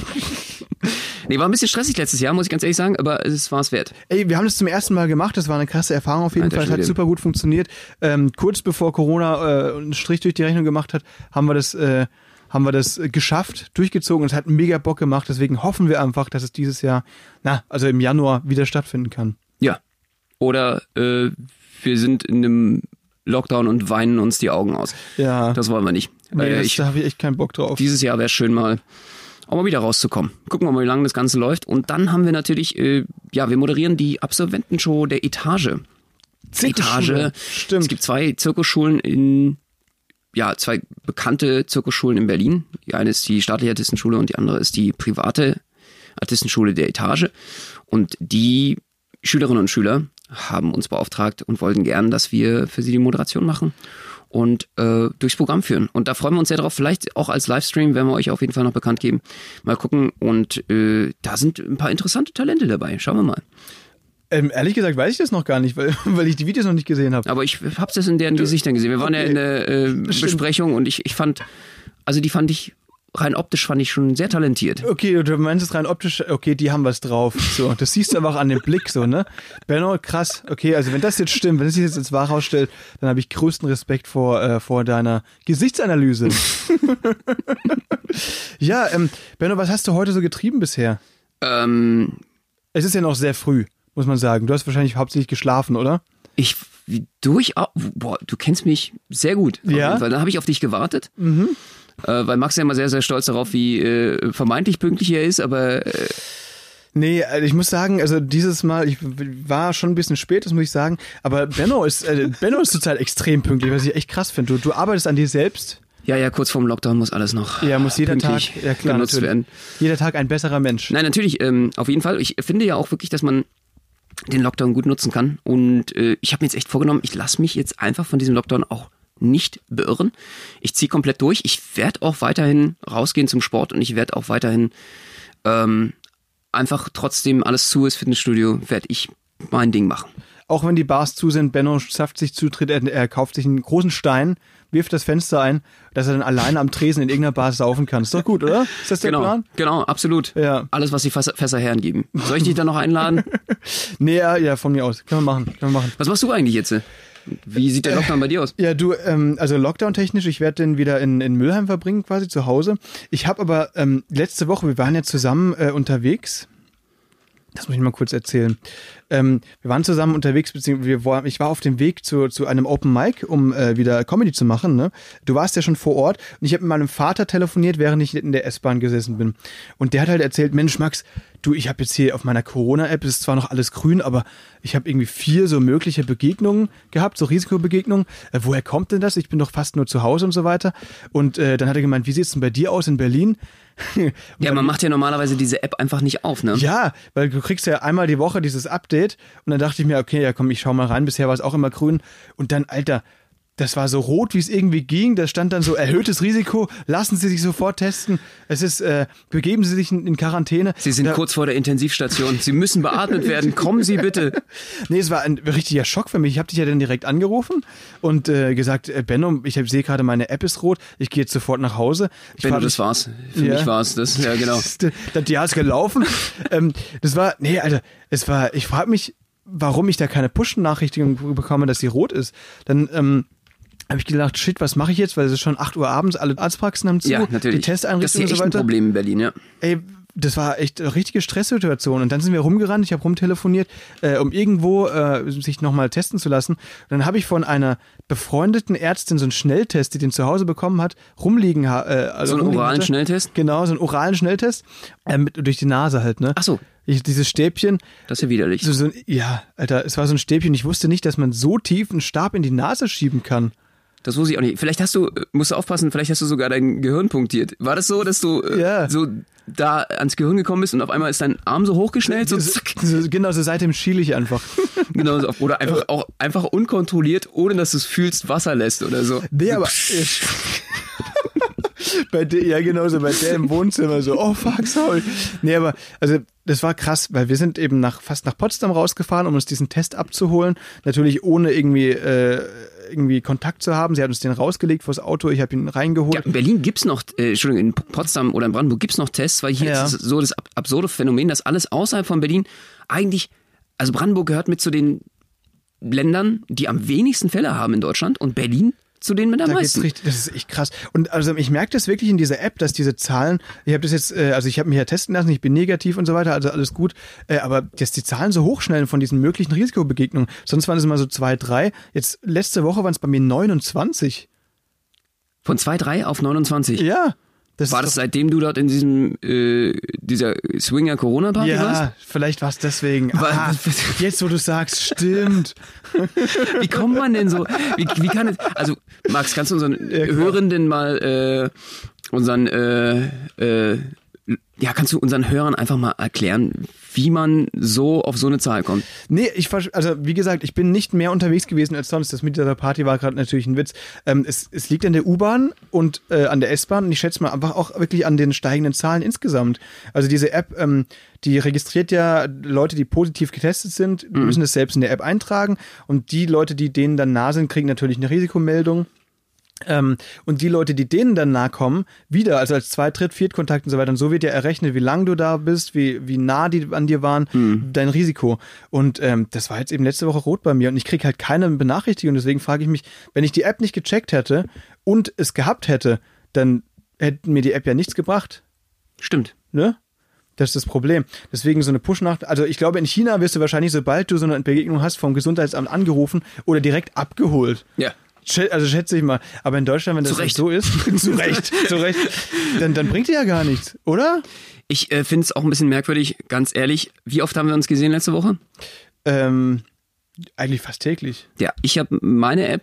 A: Nee, war ein bisschen stressig letztes Jahr, muss ich ganz ehrlich sagen, aber es war es wert.
B: Ey, wir haben das zum ersten Mal gemacht. Das war eine krasse Erfahrung auf jeden
A: Alter
B: Fall. Es hat
A: Schwede.
B: super gut funktioniert. Ähm, kurz bevor Corona äh, einen Strich durch die Rechnung gemacht hat, haben wir das, äh, haben wir das äh, geschafft, durchgezogen und es hat mega Bock gemacht. Deswegen hoffen wir einfach, dass es dieses Jahr, na, also im Januar wieder stattfinden kann.
A: Ja. Oder äh, wir sind in einem Lockdown und weinen uns die Augen aus.
B: Ja.
A: Das wollen wir nicht.
B: Nee,
A: äh,
B: das,
A: ich,
B: da habe ich echt keinen Bock drauf.
A: dieses Jahr wäre schön mal auch mal wieder rauszukommen. Gucken wir mal, wie lange das Ganze läuft. Und dann haben wir natürlich, äh, ja, wir moderieren die Absolventenshow der Etage. Etage.
B: Zirkusschule.
A: Es
B: Stimmt.
A: gibt zwei Zirkusschulen in, ja, zwei bekannte Zirkusschulen in Berlin. Die eine ist die staatliche Artistenschule und die andere ist die private Artistenschule der Etage. Und die Schülerinnen und Schüler haben uns beauftragt und wollten gern, dass wir für sie die Moderation machen. und äh, durchs Programm führen. Und da freuen wir uns sehr drauf. Vielleicht auch als Livestream werden wir euch auf jeden Fall noch bekannt geben. Mal gucken. Und äh, da sind ein paar interessante Talente dabei. Schauen wir mal.
B: Ähm, ehrlich gesagt weiß ich das noch gar nicht, weil, weil ich die Videos noch nicht gesehen habe.
A: Aber ich hab's das in deren Gesichtern gesehen. Wir waren ja in der äh, Besprechung und ich, ich fand, also die fand ich, rein optisch fand ich schon sehr talentiert.
B: Okay, du meinst es rein optisch, okay, die haben was drauf. So, das siehst du einfach an dem Blick so, ne? Benno, krass. Okay, also wenn das jetzt stimmt, wenn das sich jetzt als wahr herausstellt, dann habe ich größten Respekt vor, äh, vor deiner Gesichtsanalyse. ja, ähm, Benno, was hast du heute so getrieben bisher?
A: Ähm,
B: Es ist ja noch sehr früh, muss man sagen. Du hast wahrscheinlich hauptsächlich geschlafen, oder?
A: ich durchaus, boah, du kennst mich sehr gut. auf
B: Ja? Mhm.
A: jeden Fall. Dann habe ich auf dich gewartet. Äh, weil Max ja immer sehr, sehr stolz darauf, wie äh, vermeintlich pünktlich er ist, aber äh,
B: Nee, also ich muss sagen, also dieses Mal, ich war schon ein bisschen spät, das muss ich sagen, aber Benno ist, äh, Benno ist zurzeit extrem pünktlich, was ich echt krass finde. Du, du arbeitest an dir selbst.
A: ja, ja, kurz vorm Lockdown muss alles noch
B: Ja, muss jeder
A: Ah, pünktlich
B: Tag, ja klar,
A: genutzt
B: natürlich.
A: werden.
B: Jeder Tag ein besserer Mensch.
A: Nein, natürlich, ähm, auf jeden Fall. Ich finde ja auch wirklich, dass man den Lockdown gut nutzen kann. Und äh, ich habe mir jetzt echt vorgenommen, ich lasse mich jetzt einfach von diesem Lockdown auch nicht beirren. Ich ziehe komplett durch. Ich werde auch weiterhin rausgehen zum Sport und ich werde auch weiterhin ähm, einfach trotzdem alles zu ist, Fitnessstudio, werde ich mein Ding machen.
B: Auch wenn die Bars zu sind, Benno schafft sich Zutritt, er, er kauft sich einen großen Stein, wirft das Fenster ein, dass er dann alleine am Tresen in irgendeiner Bar saufen kann. Ist doch gut, oder? Ist das der
A: genau,
B: Plan?
A: genau, absolut.
B: Ja.
A: Alles, was die Fässer, Fässer hergeben. Soll ich dich dann noch einladen?
B: Nee, ja, ja, von mir aus. Können wir machen, können wir machen.
A: Was machst du eigentlich jetzt? Wie sieht der Lockdown bei dir aus?
B: Ja, du, ähm, also Lockdown-technisch, ich werde den wieder in, in Mülheim verbringen, quasi zu Hause. Ich habe aber ähm, letzte Woche, wir waren ja zusammen äh, unterwegs. Das muss ich mal kurz erzählen. Ähm, wir waren zusammen unterwegs, beziehungsweise wir waren, ich war auf dem Weg zu, zu einem Open Mic, um äh, wieder Comedy zu machen. Ne? Du warst ja schon vor Ort und ich habe mit meinem Vater telefoniert, während ich in der S-Bahn gesessen bin. Und der hat halt erzählt, Mensch, Max, du, ich habe jetzt hier auf meiner Corona-App, es ist zwar noch alles grün, aber ich habe irgendwie vier so mögliche Begegnungen gehabt, so Risikobegegnungen. Äh, woher kommt denn das? Ich bin doch fast nur zu Hause und so weiter. Und äh, dann hat er gemeint, wie sieht's denn bei dir aus in Berlin?
A: Ja, man macht ja normalerweise diese App einfach nicht auf, ne?
B: Ja, weil du kriegst ja einmal die Woche dieses Update und dann dachte ich mir, okay, ja komm, ich schau mal rein, bisher war es auch immer grün und dann, Alter, das war so rot, wie es irgendwie ging, da stand dann so erhöhtes Risiko, lassen Sie sich sofort testen, es ist, äh, begeben Sie sich in, in Quarantäne.
A: Sie sind
B: da,
A: kurz vor der Intensivstation. Sie müssen beatmet werden. Kommen Sie bitte.
B: Nee, es war ein richtiger Schock für mich. Ich habe dich ja dann direkt angerufen und äh, gesagt, äh, Benno, ich hab- sehe gerade, meine App ist rot, ich gehe jetzt sofort nach Hause. Ich
A: Wenn du
B: fahr-
A: das war's. Für
B: Ja.
A: mich war's das. Ja, genau.
B: Das Jahr ist gelaufen. ähm, das war, nee, Alter, es war, ich frage mich, warum ich da keine Push-Nachrichtigung bekomme, dass sie rot ist. Dann ähm, habe ich gedacht, shit, was mache ich jetzt? Weil es ist schon 8 Uhr abends, alle Arztpraxen haben zu,
A: Ja, natürlich.
B: die
A: das ist
B: Testeinrichtungen
A: hier
B: und
A: echt
B: so
A: ein
B: weiter.
A: Problem in Berlin, ja.
B: Ey, das war echt eine richtige Stresssituation. Und dann sind wir rumgerannt, ich habe rumtelefoniert, äh, um irgendwo äh, sich nochmal testen zu lassen. Und dann habe ich von einer befreundeten Ärztin so einen Schnelltest, die den zu Hause bekommen hat, rumliegen. ha- Äh, also
A: So einen
B: rumliegen
A: oralen
B: hatte.
A: Schnelltest?
B: Genau, so einen oralen Schnelltest. Äh, mit, durch die Nase halt, ne?
A: Ach so.
B: Ich, dieses Stäbchen,
A: Das ist ja widerlich.
B: so, so ein, ja, Alter, es war so ein Stäbchen. Ich wusste nicht, dass man so tief einen Stab in die Nase schieben kann.
A: Das wusste ich auch nicht. Vielleicht hast du, äh, musst du aufpassen, vielleicht hast du sogar dein Gehirn punktiert. War das so, dass du äh,
B: Ja.
A: so da ans Gehirn gekommen bist und auf einmal ist dein Arm so hochgeschnellt? Äh, So
B: So,
A: zack.
B: so, genau, so seitdem schiele ich einfach.
A: Genau so. Oder einfach auch einfach unkontrolliert, ohne dass du es fühlst, Wasser lässt oder so.
B: Nee, aber. bei der, ja, genauso, bei der im Wohnzimmer so, oh fuck, sorry. Nee, aber, also, das war krass, weil wir sind eben nach, fast nach Potsdam rausgefahren, um uns diesen Test abzuholen. Natürlich ohne irgendwie, äh, irgendwie Kontakt zu haben. Sie hat uns den rausgelegt vors Auto, ich habe ihn
A: Ja,
B: reingeholt.
A: in Berlin gibt's noch, äh, Entschuldigung, in Potsdam oder in Brandenburg gibt's noch Tests, weil hier
B: Ja.
A: ist es so das ab absurde Phänomen, dass alles außerhalb von Berlin eigentlich, also Brandenburg gehört mit zu den Ländern, die am wenigsten Fälle haben in Deutschland und Berlin zu denen mit am
B: Da geht's
A: meisten.
B: richtig, das ist echt krass. Und also ich merke das wirklich in dieser App, dass diese Zahlen, ich habe das jetzt, äh, also ich habe mich ja testen lassen, ich bin negativ und so weiter, also alles gut, äh, aber dass die Zahlen so hochschnellen von diesen möglichen Risikobegegnungen, sonst waren es immer so zwei, drei, jetzt letzte Woche waren es bei mir 29.
A: Von 2, 3 auf 29.
B: Ja. Das
A: War
B: ist
A: das seitdem du dort in diesem, äh, dieser Swinger Corona Party warst?
B: ja, vielleicht war es deswegen.
A: Weil-
B: Ah, jetzt, wo du sagst, stimmt.
A: Wie kommt man denn so? Wie, wie kann es, also Max, kannst du unseren
B: Ja, klar.
A: Hörenden mal äh, unseren äh, äh, ja, kannst du unseren Hörern einfach mal erklären, wie man so auf so eine Zahl kommt?
B: Nee, ich versch- also wie gesagt, ich bin nicht mehr unterwegs gewesen als sonst. Das mit dieser Party war gerade natürlich ein Witz. Ähm, es, es liegt an der U-Bahn und äh, an der S-Bahn und ich schätze mal einfach auch wirklich an den steigenden Zahlen insgesamt. Also diese App, ähm, die registriert ja Leute, die positiv getestet sind, müssen das selbst in der App eintragen und die Leute, die denen dann nah sind, kriegen natürlich eine Risikomeldung. Ähm, und die Leute, die denen dann nahe kommen, wieder, also als Zweit-, Dritt-, Viertkontakt und so weiter, und so wird ja errechnet, wie lang du da bist, wie, wie nah die an dir waren, dein Risiko. Und ähm, das war jetzt eben letzte Woche rot bei mir und ich krieg halt keine Benachrichtigung. Deswegen frage ich mich, wenn ich die App nicht gecheckt hätte und es gehabt hätte, dann hätte mir die App ja nichts gebracht.
A: Stimmt.
B: Ne? Das ist das Problem. Deswegen so eine Push-Nacht. Also ich glaube, in China wirst du wahrscheinlich, sobald du so eine Begegnung hast, vom Gesundheitsamt angerufen oder direkt abgeholt.
A: Ja.
B: Schä- Also schätze ich mal. Aber in Deutschland, wenn das
A: Zu Recht.
B: so ist, zu Recht, zu Recht, dann, dann bringt dir ja gar nichts, oder?
A: Ich äh, finde es auch ein bisschen merkwürdig, ganz ehrlich. Wie oft haben wir uns gesehen letzte Woche?
B: Ähm, eigentlich fast täglich.
A: Ja, ich habe meine App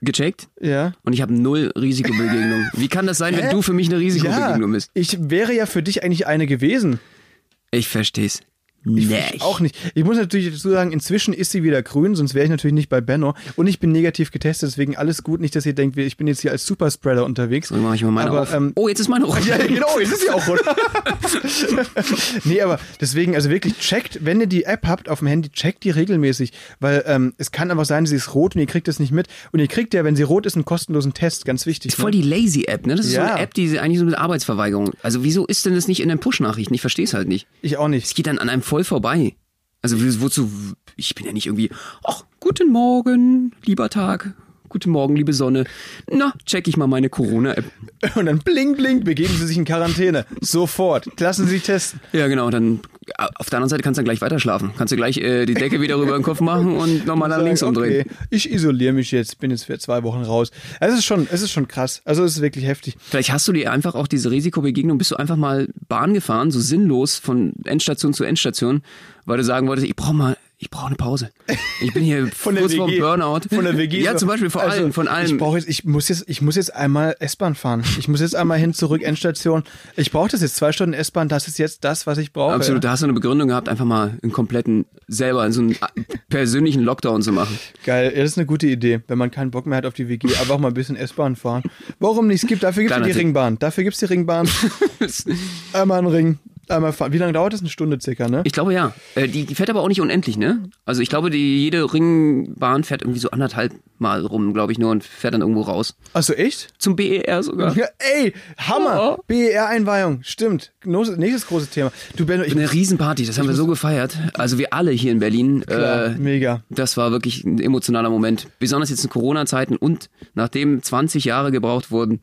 A: gecheckt
B: Ja.
A: und ich habe null Risikobegegnung. Wie kann das sein, wenn du für mich eine Risikobegegnung bist?
B: ich wäre ja für dich eigentlich eine gewesen.
A: Ich versteh's. Nee.
B: Ich auch nicht. Ich muss natürlich dazu sagen, inzwischen ist sie wieder grün, sonst wäre ich natürlich nicht bei Benno. Und ich bin negativ getestet, deswegen alles gut. Nicht, dass ihr denkt, ich bin jetzt hier als Superspreader unterwegs.
A: So, dann mach ich mal meine
B: Aber,
A: auf.
B: ähm,
A: oh, jetzt ist meine auf.
B: Ja, genau, jetzt ist sie auch rot. nee, aber deswegen, also wirklich checkt, wenn ihr die App habt auf dem Handy, checkt die regelmäßig, weil ähm, es kann einfach sein, sie ist rot und ihr kriegt das nicht mit. Und ihr kriegt ja, wenn sie rot ist, einen kostenlosen Test, ganz wichtig.
A: Voll die lazy App, ne? Das ist so
B: Ja.
A: eine App, die eigentlich so mit Arbeitsverweigerung. Also wieso ist denn das nicht in den Push-Nachrichten? Ich versteh's halt nicht.
B: ich auch
A: Es
B: nicht.
A: geht dann an einem voll vorbei. Also wo- wozu? Ich bin ja nicht irgendwie. Ach, guten Morgen, lieber Tag. Guten Morgen, liebe Sonne. Na, check ich mal meine Corona-App.
B: Und dann bling, bling, begeben sie sich in Quarantäne. Sofort. Lassen sie sich testen.
A: Ja, genau. Dann auf der anderen Seite kannst du dann gleich weiterschlafen. Kannst du gleich äh, die Decke wieder rüber den Kopf machen und nochmal nach
B: Sagen,
A: links umdrehen.
B: Okay, ich isoliere mich jetzt, bin jetzt für zwei Wochen raus. Es ist schon, es ist schon krass. Also es ist wirklich heftig.
A: Vielleicht hast du dir einfach auch diese Risikobegegnung, bist du einfach mal Bahn gefahren, so sinnlos von Endstation zu Endstation, weil du sagen wolltest, ich brauche mal, ich brauche eine Pause. Ich bin hier
B: von der
A: kurz vorm
B: WG.
A: Burnout.
B: Von der WG.
A: Ja,
B: so.
A: zum Beispiel vor
B: Also,
A: allem, von
B: Ich
A: allem.
B: brauche jetzt, ich muss jetzt, ich muss jetzt einmal S-Bahn fahren. Ich muss jetzt einmal hin zurück Endstation. Ich brauche das jetzt zwei Stunden S-Bahn. Das ist jetzt das, was ich brauche.
A: Absolut, da hast du eine Begründung gehabt, einfach mal einen kompletten, selber so einen äh, persönlichen Lockdown zu machen.
B: Geil. Ja, das ist eine gute Idee. Wenn man keinen Bock mehr hat auf die WG, einfach mal ein bisschen S-Bahn fahren. Warum nicht? Es gibt, dafür gibt es
A: Kleiner
B: die
A: Tipp.
B: Ringbahn. Dafür gibt es die Ringbahn. einmal einen Ring. Einmal fahren. Wie lange dauert das? Eine Stunde circa, ne?
A: Ich glaube ja. Äh, die, die fährt aber auch nicht unendlich, ne? Also ich glaube, die, jede Ringbahn fährt irgendwie so anderthalb Mal rum, glaube ich nur, und fährt dann irgendwo raus.
B: Achso, echt?
A: Zum BER sogar.
B: Ja, ey, Hammer!
A: Oh.
B: BER-Einweihung, stimmt. Großes- Nächstes großes Thema. Du, Benno, ich,
A: Eine Riesenparty, das haben wir so gefeiert. Also wir alle hier in Berlin.
B: Klar,
A: äh,
B: mega.
A: Das war wirklich ein emotionaler Moment. Besonders jetzt in Corona-Zeiten und nachdem 20 Jahre gebraucht wurden,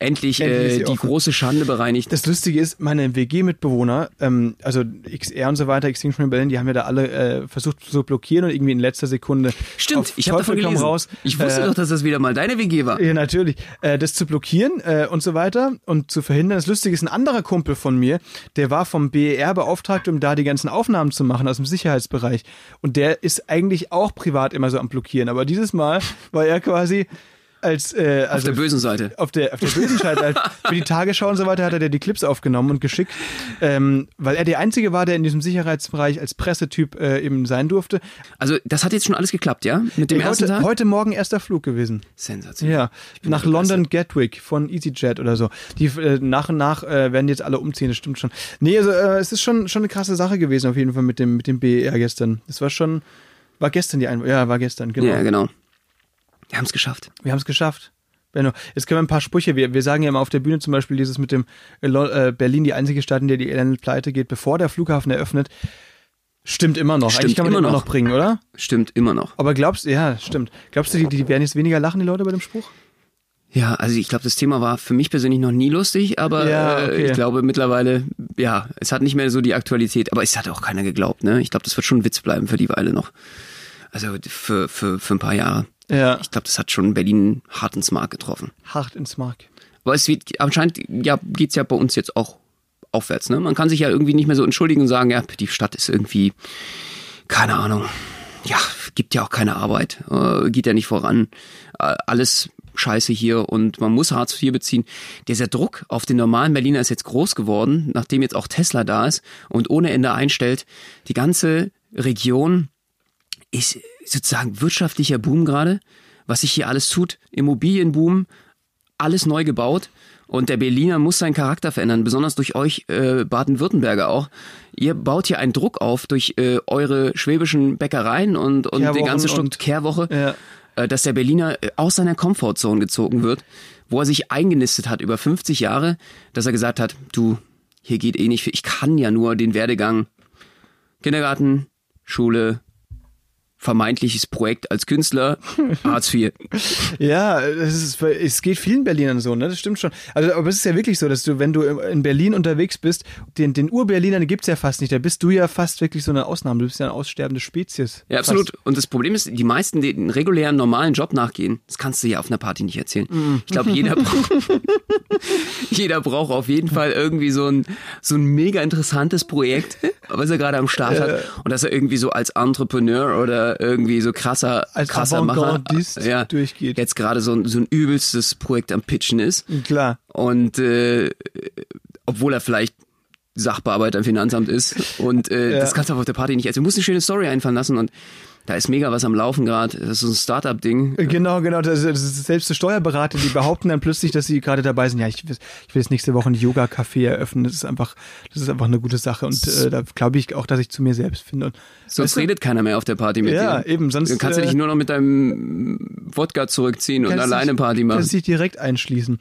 A: endlich,
B: Endlich ist
A: äh,
B: sie
A: die
B: offen.
A: große Schande bereinigt.
B: Das Lustige ist, meine WG-Mitbewohner, ähm, also XR und so weiter, Extinction Rebellion, die haben ja da alle äh, versucht zu blockieren und irgendwie in letzter Sekunde.
A: Stimmt,
B: auf
A: ich habe
B: Teufel
A: davon
B: komm
A: gelesen.
B: Raus,
A: ich wusste
B: äh,
A: doch, dass das wieder mal deine WG war.
B: Ja, natürlich. Äh, das zu blockieren äh, und so weiter und zu verhindern. Das Lustige ist, ein anderer Kumpel von mir, der war vom BER beauftragt, um da die ganzen Aufnahmen zu machen aus dem Sicherheitsbereich. Und der ist eigentlich auch privat immer so am Blockieren. Aber dieses Mal war er quasi als, äh,
A: Auf
B: also
A: der bösen Seite.
B: auf der, auf der bösen Seite, halt, für die Tagesschau und so weiter, hat er dir die Clips aufgenommen und geschickt, ähm, weil er der Einzige war, der in diesem Sicherheitsbereich als Pressetyp äh, eben sein durfte. Äh,
A: Also das hat jetzt schon alles geklappt, ja? Mit dem ersten
B: heute,
A: Tag?
B: heute Morgen erster Flug gewesen.
A: Sensation.
B: Ja, nach London Gatwick von EasyJet oder so. Die äh, nach und nach äh, werden jetzt alle umziehen, das stimmt schon. Nee, also äh, es ist schon, schon eine krasse Sache gewesen auf jeden Fall mit dem, mit dem BER gestern. Das war schon, war gestern die Einweihung. Ja, war gestern, genau.
A: Ja, genau. Wir haben es geschafft.
B: Wir haben es geschafft. Benno, jetzt können wir ein paar Sprüche. Wir, wir sagen ja immer auf der Bühne zum Beispiel dieses mit dem äh, Lo- äh, Berlin, die einzige Stadt, in der die Elend pleite geht, bevor der Flughafen eröffnet. Stimmt immer noch.
A: Stimmt
B: Eigentlich kann man
A: immer
B: den immer
A: noch.
B: noch bringen, oder?
A: Stimmt immer noch.
B: Aber glaubst du, ja, stimmt. Glaubst du, die, die werden jetzt weniger lachen, die Leute bei dem Spruch?
A: Ja, also ich glaube, das Thema war für mich persönlich noch nie lustig, aber
B: Ja, okay.
A: äh, ich glaube mittlerweile, ja, es hat nicht mehr so die Aktualität, aber es hat auch keiner geglaubt, ne? Ich glaube, das wird schon ein Witz bleiben für die Weile noch. Also für, für, für ein paar Jahre.
B: Ja.
A: Ich glaube, das hat schon Berlin hart ins Mark getroffen.
B: Hart ins Mark.
A: Aber es wird, anscheinend ja, geht's ja bei uns jetzt auch aufwärts, ne? Man kann sich ja irgendwie nicht mehr so entschuldigen und sagen, ja, die Stadt ist irgendwie, keine Ahnung, ja, gibt ja auch keine Arbeit, äh, geht ja nicht voran. Äh, alles scheiße hier und man muss Hartz IV beziehen. Dieser Druck auf den normalen Berliner ist jetzt groß geworden, nachdem jetzt auch Tesla da ist und ohne Ende einstellt. Die ganze Region ist sozusagen wirtschaftlicher Boom gerade, was sich hier alles tut. Immobilienboom, alles neu gebaut. Und der Berliner muss seinen Charakter verändern, besonders durch euch äh, Baden-Württemberger auch. Ihr baut hier einen Druck auf durch äh, eure schwäbischen Bäckereien und, und die
B: Kehrwochen
A: ganze Struktur
B: und-
A: Kehrwoche
B: Ja.
A: äh, dass der Berliner äh, aus seiner Comfortzone gezogen wird, wo er sich eingenistet hat über 50 Jahre, dass er gesagt hat, du, hier geht eh nicht viel, ich kann ja nur den Werdegang Kindergarten, Schule, vermeintliches Projekt als Künstler, Hartz IV.
B: Ja, es, ist, es geht vielen Berlinern so, ne? Das stimmt schon. Also, aber es ist ja wirklich so, dass du, wenn du in Berlin unterwegs bist, den, den Ur-Berlinern gibt's ja fast nicht. Da bist du ja fast wirklich so eine Ausnahme. Du bist ja eine aussterbende Spezies.
A: Ja,
B: Fast.
A: absolut. Und das Problem ist, die meisten, die den regulären, normalen Job nachgehen, das kannst du ja auf einer Party nicht erzählen.
B: Mhm.
A: Ich glaube, jeder braucht, jeder braucht auf jeden Fall irgendwie so ein, so ein mega interessantes Projekt, was er gerade am Start hat. Und dass er irgendwie so als Entrepreneur oder irgendwie so krasser,
B: Als
A: krasser Macher,
B: Avantgardist
A: ja,
B: durchgeht.
A: jetzt gerade so ein, so ein übelstes Projekt am Pitchen ist.
B: Klar.
A: Und äh, obwohl er vielleicht Sachbearbeiter im Finanzamt ist. Und äh,
B: Ja.
A: das kannst du aber auf der Party nicht. Also du musst eine schöne Story einfallen lassen und da ist mega was am Laufen gerade. Das ist so ein Startup-Ding.
B: Genau, genau. Das, das ist selbst die Steuerberater, die behaupten dann plötzlich, dass sie gerade dabei sind. Ja, ich will, ich will jetzt nächste Woche ein Yoga-Café eröffnen. Das ist einfach, das ist einfach eine gute Sache. Und äh, da glaube ich auch, dass ich zu mir selbst finde. Und,
A: Sonst redet keiner mehr auf der Party mit
B: Ja,
A: dir.
B: eben, sonst,
A: Dann kannst du
B: äh,
A: dich nur noch mit deinem Wodka zurückziehen und
B: Kannst
A: alleine
B: dich-
A: Party machen.
B: Kannst dich direkt einschließen.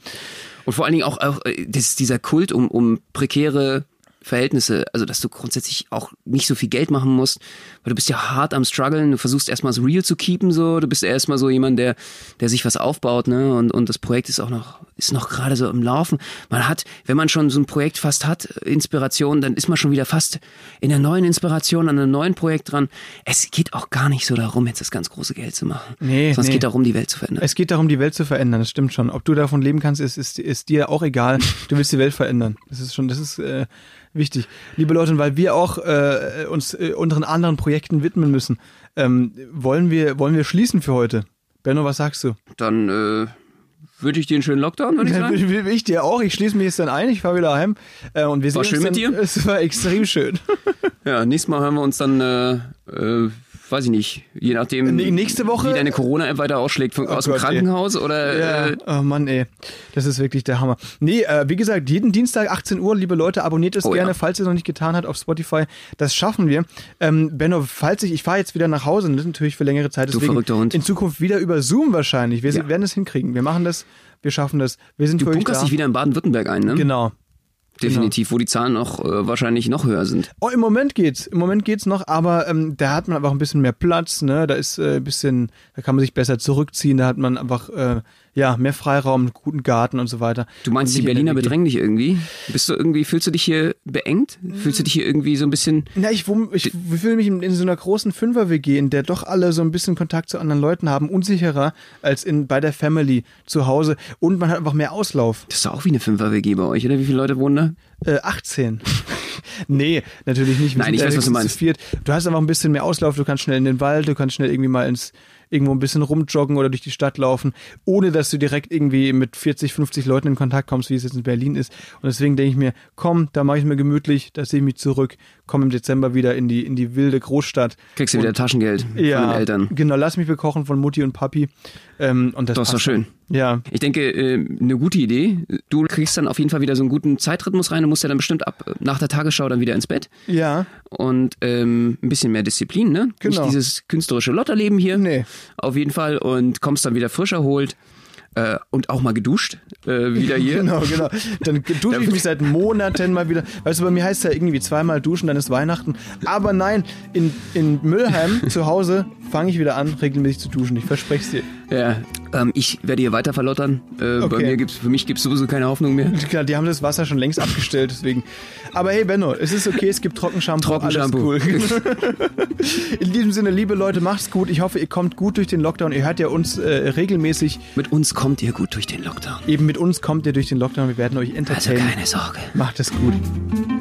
A: Und vor allen Dingen auch, auch äh, das ist dieser Kult um, um prekäre Verhältnisse, also dass du grundsätzlich auch nicht so viel Geld machen musst, weil du bist ja hart am struggeln, du versuchst erstmal so real zu keepen, so, du bist erstmal so jemand, der, der sich was aufbaut, ne? Und, und das Projekt ist auch noch, ist noch gerade so im Laufen. Man hat, wenn man schon so ein Projekt fast hat, Inspiration, dann ist man schon wieder fast in der neuen Inspiration, an einem neuen Projekt dran. Es geht auch gar nicht so darum, jetzt das ganz große Geld zu machen.
B: Nee,
A: Sondern es
B: nee.
A: geht darum, die Welt zu verändern.
B: Es geht darum, die Welt zu verändern, das stimmt schon. Ob du davon leben kannst, ist, ist, ist dir auch egal. Du willst die Welt verändern. Das ist schon, das ist äh, wichtig. Liebe Leute, und weil wir auch äh, uns äh, unseren anderen Projekten widmen müssen, ähm, wollen, wir, wollen wir schließen für heute. Benno, was sagst du?
A: Dann äh, wünsche ich dir einen schönen Lockdown, würde ich sagen.
B: Will, will ich dir auch. Ich schließe mich jetzt dann ein, ich fahre wieder heim. Äh, und wir sehen
A: War schön
B: uns dann,
A: mit dir?
B: Es war extrem schön.
A: Ja, nächstes Mal hören wir uns dann, äh, äh, weiß ich nicht, je nachdem,
B: Nee, nächste Woche- Oh
A: wie deine Corona-App weiter ausschlägt, von, aus
B: Gott,
A: dem Krankenhaus oder
B: Ja,
A: äh,
B: oh Mann, ey. Das ist wirklich der Hammer. Nee, äh, wie gesagt, jeden Dienstag 18 Uhr, liebe Leute, abonniert es
A: Oh,
B: gerne,
A: ja.
B: falls ihr es noch nicht getan habt auf Spotify. Das schaffen wir. Ähm, Benno, falls ich, ich fahre jetzt wieder nach Hause, und das ist natürlich für längere Zeit, deswegen
A: verrückter Hund.
B: in Zukunft wieder über Zoom wahrscheinlich. Wir sind,
A: Ja.
B: werden es hinkriegen. Wir machen das, wir schaffen das. Wir sind
A: du
B: für euch
A: bunkerst
B: da.
A: dich wieder in Baden-Württemberg ein, ne?
B: Genau.
A: Definitiv, wo die Zahlen noch äh, wahrscheinlich noch höher sind.
B: Oh, im Moment geht's. Im Moment geht's noch, aber ähm, da hat man einfach ein bisschen mehr Platz, ne? Da ist äh, ein bisschen, da kann man sich besser zurückziehen, da hat man einfach äh, ja mehr Freiraum, einen guten Garten und so weiter.
A: Du meinst, die
B: Und nicht in
A: Berliner
B: der WG.
A: bedrängen dich irgendwie? Bist du irgendwie, fühlst du dich hier beengt?
B: Mhm.
A: Fühlst du dich hier irgendwie so ein bisschen
B: Na, ich, wum- ich fühle mich in, in so einer großen Fünfer-WG, in der doch alle so ein bisschen Kontakt zu anderen Leuten haben, unsicherer als in, bei der Family zu Hause. Und man hat einfach mehr Auslauf.
A: das ist doch auch wie eine Fünfer-WG bei euch, oder? Wie viele Leute wohnen da?
B: Äh, 18. nee, natürlich nicht. Wir
A: Nein,
B: sind
A: ich weiß, was du
B: wenigstens
A: meinst.
B: zu Viert. Du hast einfach ein bisschen mehr Auslauf, du kannst schnell in den Wald, du kannst schnell irgendwie mal ins irgendwo ein bisschen rumjoggen oder durch die Stadt laufen, ohne dass du direkt irgendwie mit 40, 50 Leuten in Kontakt kommst, wie es jetzt in Berlin ist. Und deswegen denke ich mir, komm, da mache ich mir gemütlich, da ziehe ich mich zurück, komm im Dezember wieder in die, in die wilde Großstadt.
A: Kriegst du wieder Taschengeld von den Eltern?
B: Genau, lass mich bekochen von Mutti und Papi. Ähm, und das
A: Das ist doch
B: passt
A: schön.
B: dann. Ja.
A: Ich denke, äh, eine gute Idee. Du kriegst dann auf jeden Fall wieder so einen guten Zeitrhythmus rein. Du musst ja dann bestimmt ab äh, nach der Tagesschau dann wieder ins Bett.
B: Ja.
A: und ähm, ein bisschen mehr Disziplin, ne?
B: Genau.
A: Nicht dieses künstlerische Lotterleben hier.
B: Nee.
A: Auf jeden Fall. Und kommst dann wieder frisch erholt äh, und auch mal geduscht äh, wieder hier.
B: Genau, genau. Dann dusche ich mich seit Monaten mal wieder. Weißt du, bei mir heißt es ja irgendwie zweimal duschen, dann ist Weihnachten. Aber nein, in, in Müllheim zu Hause fange ich wieder an, regelmäßig zu duschen. Ich verspreche es dir.
A: Ja. Ähm, ich werde hier weiter verlottern. Äh, Bei
B: Okay.
A: mir gibt's, für mich gibt's sowieso keine Hoffnung mehr.
B: Klar, die haben das Wasser schon längst abgestellt, deswegen. Aber hey, Benno, es ist okay, es gibt Trockenshampoo.
A: Trockenshampoo.
B: Alles cool. In diesem Sinne, liebe Leute, macht's gut. Ich hoffe, ihr kommt gut durch den Lockdown. Ihr hört ja uns äh, regelmäßig.
A: Mit uns kommt ihr gut durch den Lockdown.
B: Eben mit uns kommt ihr durch den Lockdown. Wir werden euch
A: Also
B: entertainen.
A: keine Sorge.
B: Macht es gut.